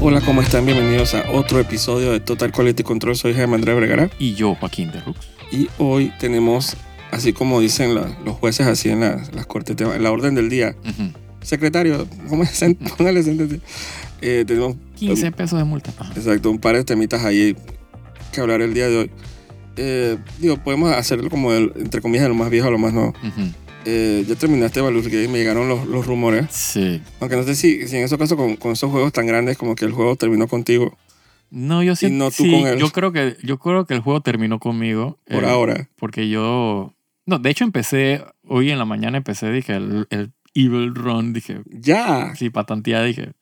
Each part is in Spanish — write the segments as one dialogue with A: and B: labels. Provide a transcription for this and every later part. A: Hola, ¿cómo están? Bienvenidos a otro episodio de Total Quality Control. Soy Jaime Andrés Vergara
B: Y yo, Joaquín de Rux.
A: y hoy tenemos, así como dicen la- los jueces así en la- las cortes, te- en la orden del día.
B: Ujú.
A: Secretario, ¿cómo es? Sen- Póngale sentencia. Eh, tenemos
B: 15 pesos de multa. Ajá.
A: exacto, un par de temitas ahí que hablar el día de hoy. Eh, digo, podemos hacerlo como el- entre comillas de lo más viejo a lo más nuevo.
B: Ujú.
A: Eh, ya terminaste Baldur's Gate, me llegaron los, los rumores.
B: Sí.
A: Aunque no sé si, si en esos casos con, con esos juegos tan grandes como que el juego terminó contigo
B: No, yo sí.
A: no tú
B: sí,
A: con él.
B: Yo creo, que, yo creo que el juego terminó conmigo.
A: por
B: eh,
A: ahora.
B: Porque yo. No, de hecho empecé. Hoy en la mañana empecé, dije, el, el Evil Run. Dije,
A: Ya.
B: sí, patanteada, dije.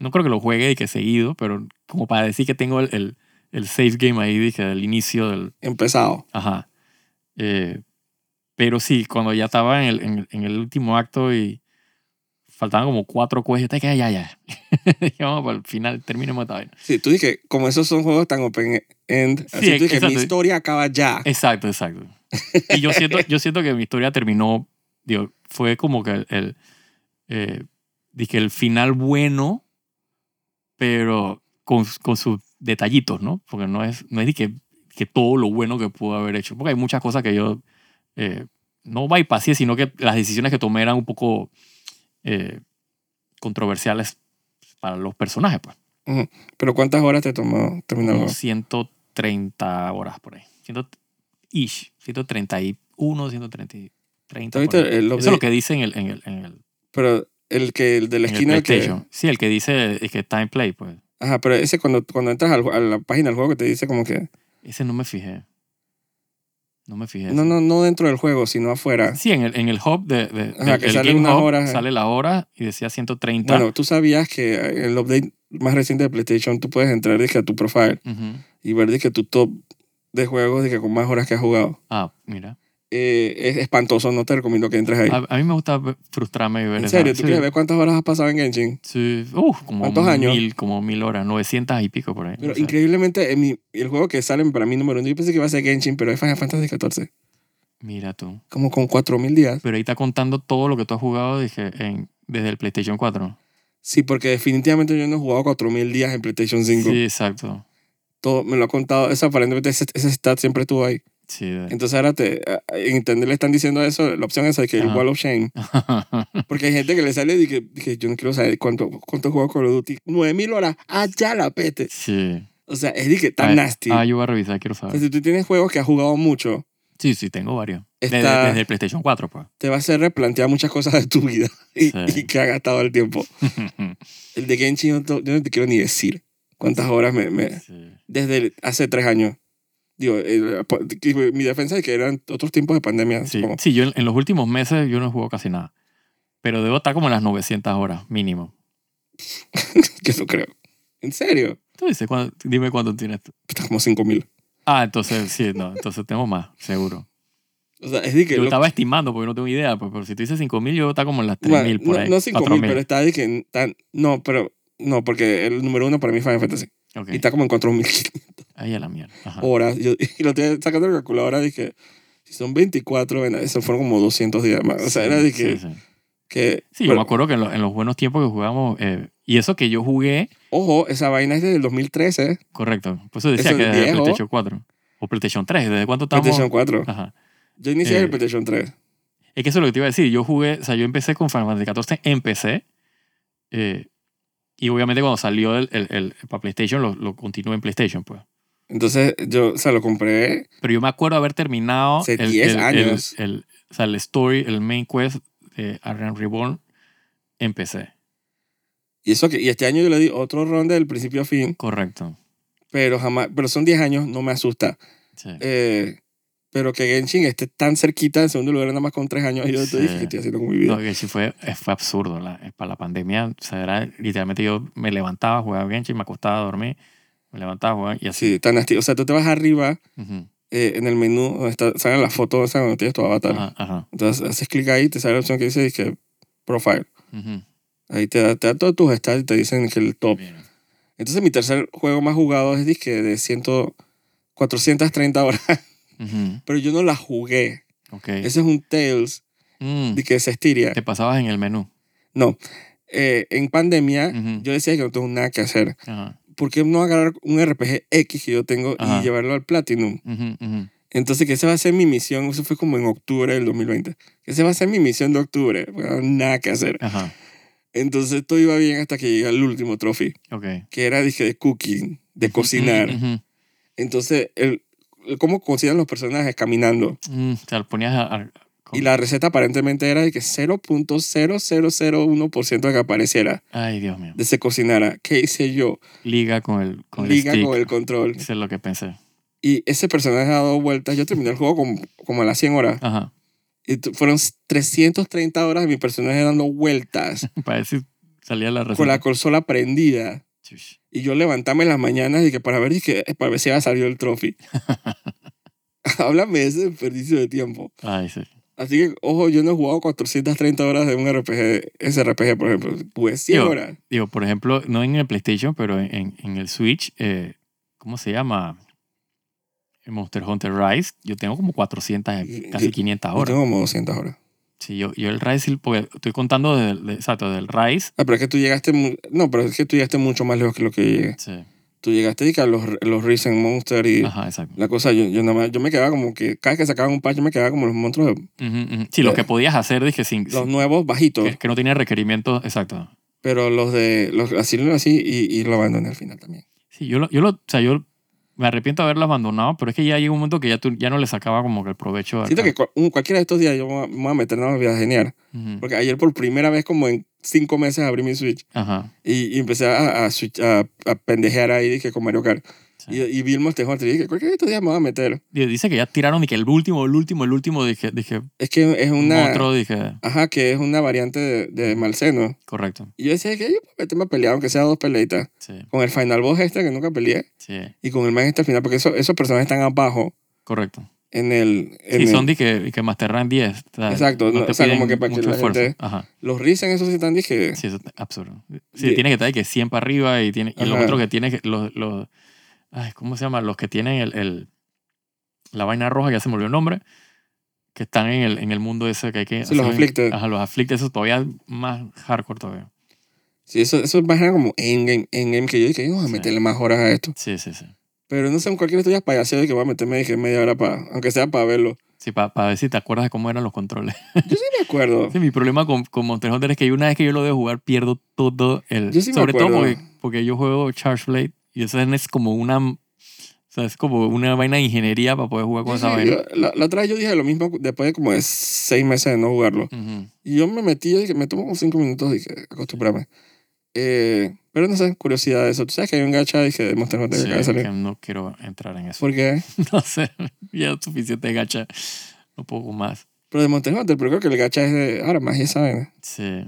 B: No creo que lo juegue, dije, seguido, pero como para decir que tengo el, el, el save game ahí, dije, del inicio del,
A: empezado.
B: Ajá. Eh, pero sí, cuando ya estaba en el, en, el- en el último acto y faltaban como cuatro cuestas, te quedas ya, ya. Dije, Vamos para el final, terminemos esta vaina.
A: Sí, tú dije, como esos son juegos tan open-end, así
B: Sí,
A: tú dije, mi
B: exacto. Eh.
A: historia acaba ya.
B: Exacto, exacto. Y yo siento, yo siento que mi historia terminó, digo, fue como que el, el, eh, dije, el final bueno, pero con, con sus detallitos, ¿no? Porque no es, no es de que, que todo lo bueno que pudo haber hecho, porque hay muchas cosas que yo eh, no bypassé, sino que las decisiones que tomé eran un poco eh, controversiales para los personajes, pues.
A: Pero ¿cuántas horas te tomó terminar el
B: Como
A: juego?
B: 130 horas por ahí. 100 ish, 131, 130. 30
A: ¿Tú
B: por ahí.
A: viste el
B: Eso
A: update?
B: es lo que dice en el, en el, en el,
A: Pero el que el de la
B: en el
A: esquina el que...
B: PlayStation. Sí, el que dice es que time play, pues.
A: Ajá, pero ese cuando, cuando entras al ju- a la página del juego que te dice como que...
B: Ese no me fijé. No me fijé.
A: No, no, no dentro del juego, sino afuera.
B: Sí, en el, en el hub de, de-
A: Ajá,
B: del-
A: que
B: del
A: sale
B: Game
A: unas
B: Hub,
A: horas, eh.
B: sale la hora y decía 130.
A: Bueno, tú sabías que el update más reciente de PlayStation tú puedes entrar dije, a tu profile
B: Ujú.
A: y ver dije, tu top de juegos dije, con más horas que has jugado.
B: Ah, mira.
A: Eh, es espantoso, no te recomiendo que entres ahí.
B: A, a mí me gusta ver- frustrarme y ver
A: en
B: esa-
A: serio, ¿tú
B: Ah, sí,
A: quieres ver cuántas horas has pasado en Genshin?
B: sí. Uf, como
A: ¿Cuántos años?
B: Mil, como mil horas, 900 y pico por ahí.
A: Pero
B: O sea,
A: increíblemente, en mi- el juego que sale para mí número uno, yo pensé que iba a ser Genshin, pero es Final Fantasy XIV.
B: Mira tú.
A: Como con 4.000 días.
B: Pero ahí está contando todo lo que tú has jugado dije, en- desde el PlayStation 4.
A: Sí, porque definitivamente yo no he jugado 4.000 días en PlayStation 5.
B: Sí, exacto.
A: Todo me lo ha contado. Eso aparentemente, ese, ese stat siempre estuvo ahí.
B: Sí, de-
A: Entonces ahora te, a- a- en Internet le están diciendo eso, la opción es que el
B: Ajá.
A: Wall of Shame. Porque hay gente que le sale y que, que yo no quiero saber cuánto, cuánto juego Call of Duty. 9.000 horas. ¡Ah, ya la pete!
B: sí.
A: O sea, es de que tan
B: Ah,
A: nasty.
B: Ah, yo voy a revisar, quiero
A: O sea,
B: saber.
A: si tú tienes juegos que has jugado mucho,
B: Sí, sí, tengo varios. Desde,
A: Está-
B: desde el PlayStation 4, pues.
A: te va a hacer replantear muchas cosas de tu vida y,
B: Sí.
A: y que ha gastado el tiempo. El de Genshin, yo no to- yo no te quiero ni decir cuántas horas me... me-
B: Sí.
A: desde el- hace tres años. Digo, el- po- mi defensa es que eran otros tiempos de pandemia.
B: Sí,
A: supongo.
B: sí, yo en, en los últimos meses yo no he jugado casi nada. Pero debo estar como en las 900 horas, mínimo.
A: Yo no creo. ¿En serio?
B: Tú dices, ¿cuánto- dime cuánto tienes tú.
A: Está como 5.000.
B: Ah, entonces, sí, no, entonces tengo más, seguro.
A: O sea, es de que...
B: Yo
A: lo-
B: estaba estimando porque no tengo idea, pues, pero si tú dices 5.000, yo estaba como en las
A: bueno,
B: 3.000 por
A: no,
B: ahí.
A: no 5.000,
B: 4.000.
A: pero está de que... tan- no, pero... No, porque el número uno para mí es Final Fantasy.
B: Ok.
A: Y Oh, está como en 4.000
B: Ahí a la mierda. Ajá.
A: horas. Yo- y lo tenía sacando la calculadora, dije... Si son 24, ven, eso fueron como 200 días más. O sea, era de que...
B: Sí, sí.
A: que
B: Sí, yo
A: bueno,
B: me acuerdo que en, lo- en los buenos tiempos que jugábamos, eh, y eso que yo jugué,
A: Ojo, esa vaina es desde el 2013, ¿eh?
B: correcto, por eso decía
A: Eso
B: que
A: es
B: desde el
A: viejo.
B: PlayStation 4 o PlayStation 3, ¿desde cuánto estamos?
A: PlayStation 4.
B: Ajá.
A: Yo inicié
B: Eh,
A: el PlayStation 3.
B: Es que eso es lo que te iba a decir, yo jugué, o sea, yo empecé con Final Fantasy 14 en PC, eh, y obviamente cuando salió el, el, el- para PlayStation, lo, lo continué en PlayStation, pues.
A: Entonces, yo, o sea, lo compré.
B: Pero yo me acuerdo haber terminado
A: Hace
B: el,
A: 10
B: el-
A: años.
B: el- el- o sea, el story, el main quest de Arian Reborn en PC,
A: Y eso que, y este año yo le di otro ronda del principio a fin,
B: correcto.
A: pero jamás, pero son 10 años, no me asusta.
B: Sí.
A: Eh, pero que Genshin esté tan cerquita en segundo lugar, nada más con 3 años, yo te
B: Sí.
A: dije que estoy haciendo con mi vida.
B: No, que sí fue, eh, fue absurdo. La, para la pandemia, o sea, era, literalmente yo me levantaba, jugaba Genshin, me acostaba a dormir, me levantaba, jugaba y así.
A: Sí, tan así. O sea, tú te vas arriba
B: Ujú.
A: eh, en el menú donde está, salen las fotos, o sea, donde tienes tu avatar.
B: Ajá, ajá.
A: Entonces, haces clic ahí, te sale la opción que dice que profile.
B: Ujú.
A: Ahí te da, te da todos tus stats y te dicen que el top.
B: Bien.
A: Entonces, mi tercer juego más jugado es disque de 100, 430 horas,
B: Ujú.
A: pero yo no la jugué.
B: Ok.
A: Ese es un Tales
B: Mm.
A: de que se estiria.
B: Te pasabas en el menú.
A: No, eh, en pandemia,
B: Ujú.
A: yo decía que no tengo nada que hacer.
B: Ajá.
A: ¿Por qué no agarrar un RPG X que yo tengo
B: Ajá.
A: y llevarlo al Platinum?
B: Ujú, ujú.
A: Entonces, que esa va a ser mi misión. Eso fue como en octubre del 2020. Que esa va a ser mi misión de octubre. porque no había nada que hacer.
B: Ajá.
A: Entonces, todo iba bien hasta que llegué al último trophy,
B: Ok.
A: que era, dije, de cooking, de cocinar.
B: Ujú, ujú.
A: Entonces, el, el cómo cocinan los personajes caminando.
B: Mm, te lo ponías a... a- con-
A: Y la receta aparentemente era de que 0.0001% de que apareciera,
B: Ay, Dios mío.
A: de se cocinara. ¿Qué hice yo?
B: Liga con el, con el
A: Liga
B: stick.
A: con el control.
B: Eso es lo que pensé.
A: Y ese personaje ha dado vueltas. Yo terminé el juego como, como a las 100 horas.
B: Ajá.
A: Y tu- fueron 330 horas de mi personaje dando vueltas
B: Para decir, salía la receta.
A: con la consola prendida.
B: Chush.
A: Y yo levantarme en las mañanas y que para ver, y que, para ver si había salido el trophy. Háblame de ese desperdicio de tiempo.
B: Ay, sí.
A: Así que, ojo, yo no he jugado 430 horas de un RPG, ese RPG, por ejemplo. Jugué 100
B: Yo.
A: horas.
B: Digo, por ejemplo, no en el PlayStation, pero en, en- en el Switch, eh, ¿cómo se llama? El Monster Hunter Rise. Yo tengo como 400,
A: Y-
B: casi
A: y-
B: 500
A: Yo
B: horas.
A: tengo como 200 horas.
B: Sí, yo, yo el Rise, sí, porque estoy contando del, de- exacto, del Rise.
A: Ah, pero es que tú llegaste... mu- No, pero es que tú llegaste mucho más lejos que lo que yo llegué.
B: Sí.
A: Tú llegaste y que a los, los Risen Monster y...
B: Ajá, exacto.
A: La cosa, yo, yo nada más, yo me quedaba como que cada vez que sacaban un patch, yo me quedaba como los monstruos, de-
B: Ujú, ujú. Sí,
A: Eh,
B: lo que podías hacer, dije, sin,
A: los
B: sin-
A: nuevos bajitos,
B: que, que no tenía requerimientos, exacto.
A: pero los de los así, así y, y lo abandoné al final también.
B: Sí, yo lo, yo lo, o sea, yo me arrepiento de haberlo abandonado, pero es que ya llegó un momento que ya, tú, ya no le sacaba como que el provecho. al-
A: Siento que cu- un- cualquiera de estos días yo me voy a- me voy a meter nada más a genial,
B: Ujú.
A: porque ayer por primera vez como en cinco meses abrí mi Switch
B: Ajá.
A: y, y empecé a, a, switch- a- a pendejear ahí, dije, con Mario Kart,
B: sí.
A: y, y vi el Monster Hunter y dije, cualquiera de estos días me voy a meter.
B: Digo, Dice que ya tiraron y que el último, el último, el último, dije, dije
A: Es que es una...
B: otro, dije,
A: Ajá, que es una variante de, de Malseno.
B: correcto.
A: Y yo decía que yo puedo meterme a pelear, aunque sea dos peleitas,
B: Sí,
A: con el Final Boss este que nunca peleé.
B: sí,
A: y con el man hasta el final, porque eso- esos personajes están abajo
B: correcto.
A: en el... En
B: Sí,
A: el-
B: son dije, dije Master Rank 10. o sea,
A: Exacto, no,
B: te
A: o sea, como
B: piden
A: que para que
B: mucho
A: la
B: esfuerzo.
A: gente-
B: Ajá.
A: Los Risen, esos sí están, dije...
B: Sí, eso es absurdo. Sí,
A: Bien.
B: tiene que estar que 100 para arriba y, tiene, y los
A: Ajá.
B: otros que tienen que- los, los ay, ¿cómo se llama? Los que tienen el, el- la vaina roja que ya se me olvidó el nombre, que están en el, en el mundo ese que hay que
A: Sí, los
B: hacer-
A: Afflicted.
B: Ajá, los aflicted, eso todavía más hardcore todavía.
A: Sí, eso, eso es más era como endgame, endgame, que yo dije, vamos a
B: Sí.
A: meterle más horas a esto.
B: Sí, sí, sí.
A: Pero no sé, en cualquier estudio payaseo de que voy a meterme, dije, media hora para... Aunque sea para verlo.
B: Sí, para ver si te acuerdas de cómo eran los controles.
A: Yo sí me acuerdo.
B: Sí, mi problema con, con Monster Hunter es que una vez que yo lo dejo jugar, pierdo todo el...
A: Yo sí me
B: sobre todo
A: acuerdo.
B: porque, porque yo juego Charge Blade y eso es como una... O sea, es como una vaina de ingeniería para poder jugar con
A: Yo
B: esa
A: sí,
B: vaina.
A: yo- la, la otra vez yo dije lo mismo después de como de seis meses de no jugarlo.
B: Ujú.
A: Y yo me metí, yo dije, me tomo como cinco minutos, dije, acostumbrarme. Eh, pero no sé, curiosidad de eso. Tú sabes que hay un gacha, dije, de Monster Hunter que
B: Sí,
A: acaba de salir.
B: que no quiero entrar en eso.
A: ¿Por qué?
B: No sé, ya es suficiente gacha. Un poco más.
A: Pero de Monster Hunter, pero creo que el gacha es de armas y esa vaina.
B: Sí.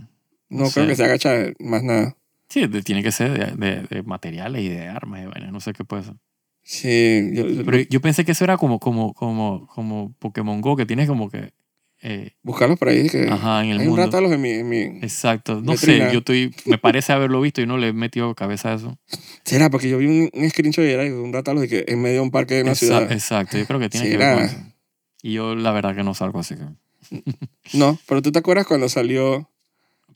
A: No
B: Sí.
A: creo que sea gacha de más nada.
B: Sí, de- tiene que ser de, de- de materiales y de armas y vainas. No sé qué puede ser.
A: Sí, yo, yo-
B: Pero yo pensé que eso era como, como, como, como Pokémon Go, que tienes como que. eh,
A: buscarlos por ahí. es que
B: ajá, en el
A: hay un
B: mundo.
A: rato a los en mi... en mi-
B: Exacto. No
A: Letrina.
B: sé, yo estoy. Me parece haberlo visto y no le he metido cabeza a eso.
A: ¿Será? Porque yo vi un, un screenshot y era un rato a los de que en medio de un parque de una
B: Exa-
A: ciudad.
B: Exacto. Yo creo que tiene que ver
A: ¿Será?
B: con eso. Y yo, la verdad, que no salgo así que.
A: No, pero tú te acuerdas cuando salió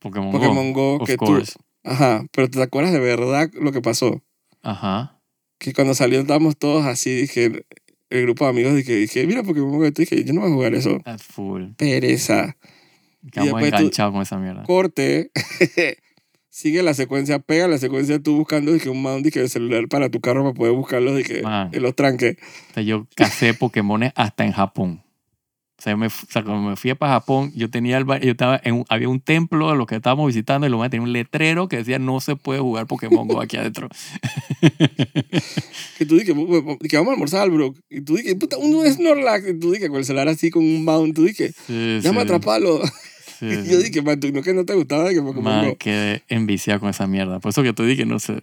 B: Pokémon,
A: Pokémon Go,
B: Go. Of
A: que
B: course.
A: tú... Ajá, pero ¿te acuerdas de verdad lo que pasó?
B: Ajá.
A: Que cuando salió estábamos todos así, dije, el, el grupo de amigos, dije, dije mira Pokémon Go, y tú dije, yo no voy a jugar eso.
B: That's full.
A: Pereza.
B: Ah. Quedamos
A: después tú-
B: enganchados con esa mierda.
A: corte, sigue la secuencia, pega la secuencia tú buscando de que un mount y que el celular para tu carro para poder buscarlos de que
B: Man.
A: en los tranques.
B: O sea, yo casé Pokémones hasta en Japón. O sea, yo me, fu- o sea, cuando me fui para Japón, yo tenía el, ba- yo estaba en un- había un templo de los que estábamos visitando y lo más tenía un letrero que decía no se puede jugar Pokémon Go aquí adentro.
A: Que tú dices que vamos a almorzar al Brook. Y tú dices, puta, uno es Snorlax. Y tú dices con el celular así con un mount. Tú dices,
B: Sí,
A: ya me
B: sí,
A: atrapalo.
B: sí,
A: Y
B: sí.
A: yo dije, man, tú no que no te gustaba de que Pokémon
B: Man,
A: Go.
B: quedé enviciado con esa mierda. Por eso que te dije, no sé.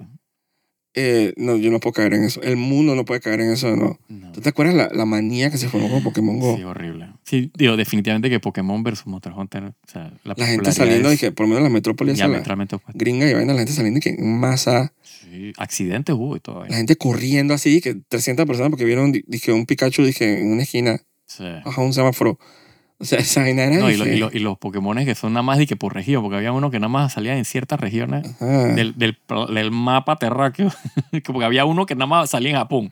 A: Eh, no, yo no puedo caer en eso. El mundo no puede caer en eso, no.
B: No.
A: ¿Tú te acuerdas la, la manía que se formó con Pokémon Go?
B: Sí, horrible. Sí, digo, definitivamente que Pokémon versus Monster Hunter, o sea, la,
A: la gente saliendo, dije, por lo menos la metrópolis, esa, la
B: diametralmente opuesta.
A: gringa y vaina, la gente saliendo y que en masa.
B: Sí, accidentes hubo y todo. ¿eh?
A: La gente corriendo así, que 300 personas porque vieron, di- dije, un Pikachu, dije, en una esquina,
B: Sí.
A: bajo un semáforo. O sea, esa vaina era
B: No, y, lo-
A: dije,
B: y lo- y los Pokémon que son nada más de que por región, porque había uno que nada más salía en ciertas regiones
A: ajá.
B: del, del, pl- del mapa terráqueo. Como que había uno que nada más salía en Japón.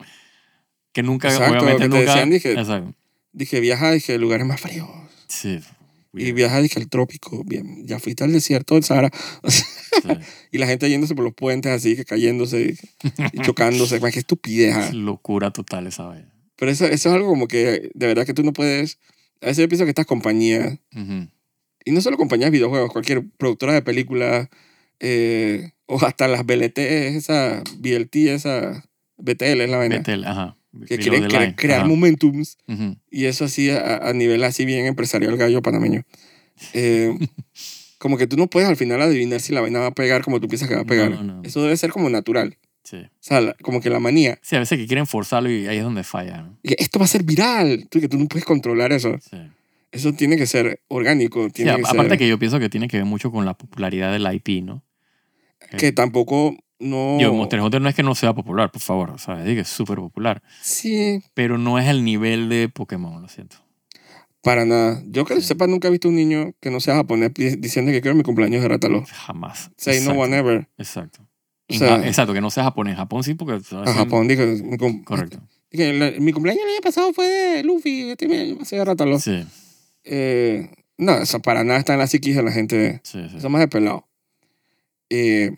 B: Que nunca,
A: Exacto,
B: obviamente
A: que te
B: nunca.
A: decían, dije-
B: Exacto.
A: Dije, viaja, dije, lugares más fríos.
B: Sí.
A: Y viaja, dije, al trópico. Bien, ya fuiste al desierto del Sahara. O sea,
B: sí,
A: y la gente yéndose por los puentes así, que cayéndose y chocándose. Man, qué estupidez. ah.
B: es locura total esa vaina.
A: Pero eso, eso es algo como que de verdad que tú no puedes... A veces yo pienso que estas compañías,
B: Ujú.
A: y no solo compañías de videojuegos, cualquier productora de películas, eh, o hasta las BLT, esa BLT, esa BTL es la vaina,
B: Betel, ajá.
A: ¿eh? que
B: Below
A: quieren
B: the
A: cre-
B: line,
A: crear
B: ajá.
A: momentums,
B: Ujú.
A: y eso así a, a nivel así bien empresarial gallo panameño. Eh, como que tú no puedes al final adivinar si la vaina va a pegar como tú piensas que va a
B: No,
A: pegar.
B: no, no.
A: Eso debe ser como natural.
B: Sí.
A: O sea, la- como que la manía.
B: Sí, a veces que quieren forzarlo y ahí es donde falla. ¿no?
A: Y Esto va a ser viral. Tú, que tú no puedes controlar eso.
B: Sí.
A: Eso tiene que ser orgánico.
B: Sí,
A: Tiene
B: a-
A: que
B: aparte
A: ser-
B: que yo pienso que tiene que ver mucho con la popularidad del IP, ¿no?
A: que, tampoco no...
B: Yo, Monster Hunter no es que no sea popular, por favor, o sea, es que es súper popular,
A: Sí,
B: pero no es el nivel de Pokémon, lo siento.
A: para nada. Yo que
B: Sí.
A: sepa, nunca he visto un niño que no sea japonés pi- diciendo que quiero mi cumpleaños de Ratalo.
B: Jamás.
A: Say
B: exacto,
A: no one ever.
B: Exacto.
A: O
B: En
A: sea-
B: Ja- exacto, que no sea japonés. En Japón sí, porque...
A: A Japón, dijo. Mi, cum-
B: Correcto.
A: dije, la- mi cumpleaños el año pasado fue de Luffy. Este año pasado de Ratalo.
B: Sí,
A: Eh, no, eso para nada está en la psiquis de la gente.
B: sí, sí.
A: Eso más de pelado. Eh,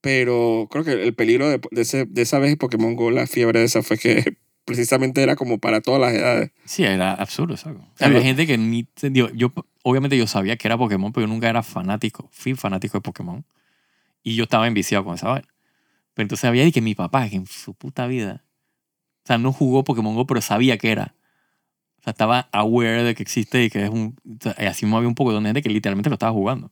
A: pero creo que el peligro de, de ese- de esa vez de Pokémon Go, la fiebre de esa fue que precisamente era como para todas las edades.
B: Sí, era absurdo, exacto. O sea,
A: Claro.
B: Había gente que ni... Yo, yo, obviamente yo sabía que era Pokémon, pero yo nunca era fanático. Fui fanático de Pokémon. Y yo estaba enviciado con esa vaina. Pero entonces había de que mi papá, que en su puta vida... O sea, no jugó Pokémon GO, pero sabía que era. O sea, estaba aware de que existe y que es un... o sea, y así mismo había un poco de gente que literalmente lo estaba jugando.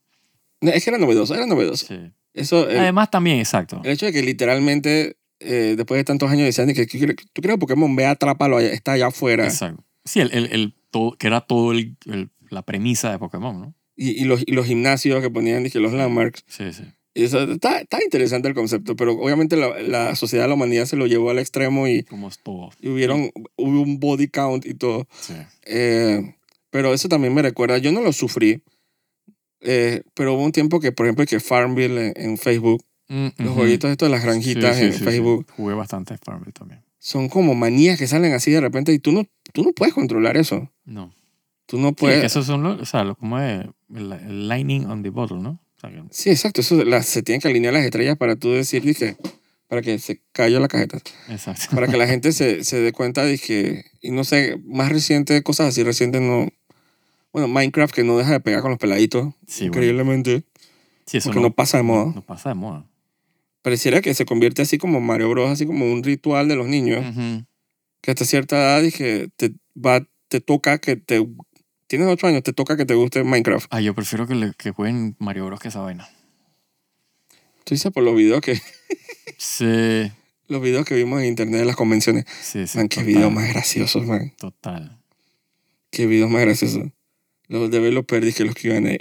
A: No, es que era novedoso, era novedoso.
B: Sí.
A: Eso, eh, el,
B: Además también, exacto.
A: el hecho de que literalmente, eh, después de tantos años, decían de que "Tú crees- tú crees Pokémon, ve, atrápalo, allá- está allá afuera.
B: Exacto. Sí, el, el, el todo, que era todo el, el- la premisa de Pokémon, ¿no?
A: Y, y los, y los gimnasios que ponían, dije, los landmarks.
B: Sí, sí.
A: Y eso, está, está interesante el concepto, pero obviamente la, la sociedad, la humanidad se lo llevó al extremo y,
B: Como es todo.
A: y hubieron, hubo un body count y todo.
B: Sí.
A: Eh, pero eso también me recuerda, yo no lo sufrí, eh, pero hubo un tiempo que, por ejemplo, que Farmville en, en Facebook,
B: Mm,
A: los
B: ujú.
A: jueguitos estos de las granjitas
B: Sí, sí,
A: en
B: sí, sí.
A: Facebook,
B: Jugué bastante Farmville también.
A: son como manías que salen así de repente y tú no, tú no puedes controlar eso.
B: No. Sí,
A: Tú no
B: que
A: puedes... Sí,
B: esos son los, o sea, lo- como es el, el lightning on the bottle, ¿no? O sea, que-
A: exacto, eso, las- se tienen que alinear las estrellas para tú decir, dije, para que se cayó la cajeta,
B: exacto.
A: para que la gente se, se dé cuenta, dije, y no sé, más reciente, cosas así recientes no... Bueno, Minecraft que no deja de pegar con los peladitos,
B: Sí, bueno.
A: increíblemente,
B: Sí, eso
A: porque no, pasa de moda.
B: no- no pasa de moda.
A: pareciera que se convierte así como Mario Bros, así como un ritual de los niños,
B: Ujú.
A: que hasta cierta edad dije, te, va, te toca que te... Tienes ocho años, te toca que te guste Minecraft.
B: Ah, yo prefiero que, le- que jueguen Mario Bros que esa vaina.
A: Tú dices por los videos que,
B: Sí,
A: los videos que vimos en internet de las convenciones.
B: sí, sí.
A: man, qué
B: total,
A: videos más graciosos, man.
B: Total.
A: Qué videos más graciosos. Los de los perdí que los que iban ahí.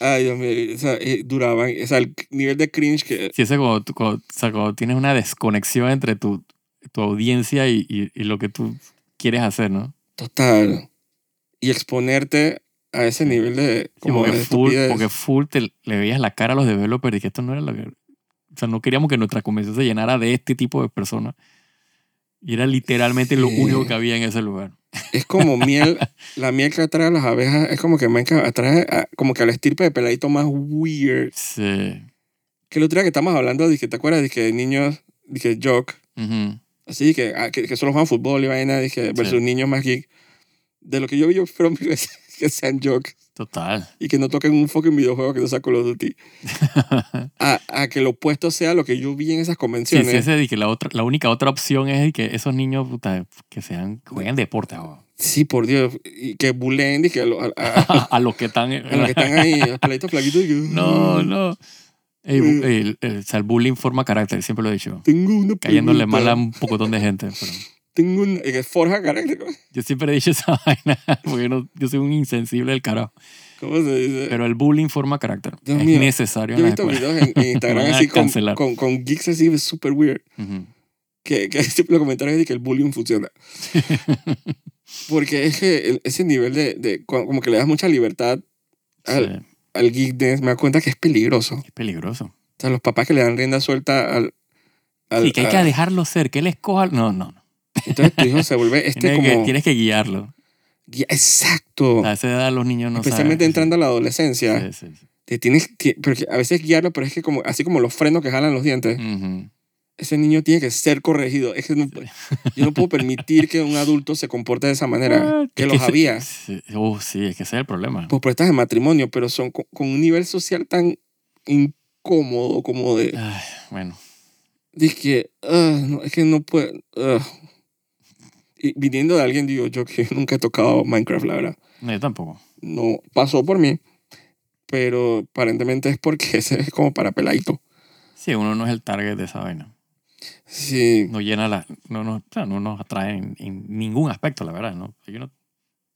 A: Ay, Dios mío. O sea, eh, duraban. O sea, el nivel de cringe que...
B: Sí, ese cuando, tú- cuando- o sea, cuando tienes una desconexión entre tu, tu audiencia y, y- y lo que tú quieres hacer, ¿no?
A: Total. Y exponerte a ese nivel de...
B: Sí,
A: Como
B: porque,
A: de
B: full,
A: estupidez.
B: porque full te- le veías la cara a los developers y que esto no era lo que... O sea, no queríamos que nuestra convención se llenara de este tipo de personas. Y era literalmente lo
A: Sí.
B: único que había en ese lugar.
A: Es como miel, la miel que atrae a las abejas, es como que me enca- atrae a- como que al estirpe de peladito más weird.
B: Sí.
A: Que el otro día que estamos hablando, dije, ¿te acuerdas? Dije, de niños, dije, jock,
B: Ujú.
A: así que, ah, que, que solo juegan fútbol y vaina, dije, versus
B: Sí.
A: niños más geek. De lo que yo vi, yo espero mil veces que sean jock
B: Total.
A: y que no toquen un fucking videojuego que no sea Call of Duty. A, a que lo opuesto sea lo que yo vi en esas
B: Sí,
A: convenciones.
B: sí, ese, de que la, otra, la única otra opción es de que esos niños puta, que sean, jueguen deporte ahora.
A: Sí, por Dios. Y que bulen, dije, a, lo- a- a-
B: a los que están...
A: a los que están ahí, los peladitos flaquitos. dije,
B: No, no. Ey, bu-
A: Mm.
B: ey, el, el- o sea, el bullying forma carácter, siempre lo he dicho.
A: Tengo una
B: Cayéndole mal a
A: pregunta.
B: un pocotón de gente. pero
A: Tengo un... eh, Forja carácter. ¿cómo?
B: yo siempre he dicho esa vaina, porque no- yo soy un insensible del carajo.
A: ¿Cómo se dice?
B: Pero el bullying forma carácter.
A: Dios
B: es
A: mío,
B: necesario
A: Yo
B: en
A: he
B: la
A: visto
B: escuela.
A: videos en, en Instagram
B: Van a
A: así con,
B: Ah, cancelar.
A: con, con geeks así super weird.
B: Ujú.
A: Que, que siempre los comentarios de que el bullying funciona. Porque es que el- ese nivel de, de- co- como que le das mucha libertad al,
B: Sí,
A: al geek dance, me da cuenta que es peligroso. O
B: es peligroso.
A: sea, los papás que le dan rienda suelta al... al-
B: Y que hay que
A: a-
B: dejarlo ser, que él escoja. No, no, no.
A: Entonces tu hijo se vuelve este
B: tienes, que,
A: como...
B: tienes que guiarlo.
A: guía- Exacto.
B: A esa edad los niños no
A: Especialmente
B: saben.
A: entrando a la adolescencia.
B: Sí, sí, sí.
A: Te tienes que, porque a veces guiarlo, pero es que como, así como los frenos que jalan los dientes,
B: Mm. Ujú.
A: ese niño tiene que ser corregido. Es que no- yo no puedo permitir que un adulto se comporte de esa manera,
B: Ah,
A: que
B: es
A: los
B: ese-
A: había.
B: sí, oh, sí, es que ese es el problema.
A: Pues por estás en matrimonio, pero son con, con un nivel social tan incómodo como de...
B: Ay, bueno,
A: de que, ah, no, es que no puedo... ah. Y viniendo de alguien, digo, yo que nunca he tocado Minecraft, la verdad.
B: no, yo tampoco.
A: No pasó por mí, pero aparentemente es porque ese es como para peladito.
B: Sí, uno no es el target de esa vaina.
A: Sí.
B: No llena la. No nos, o sea, no nos atrae en, en ningún aspecto, la verdad. ¿no? Yo no-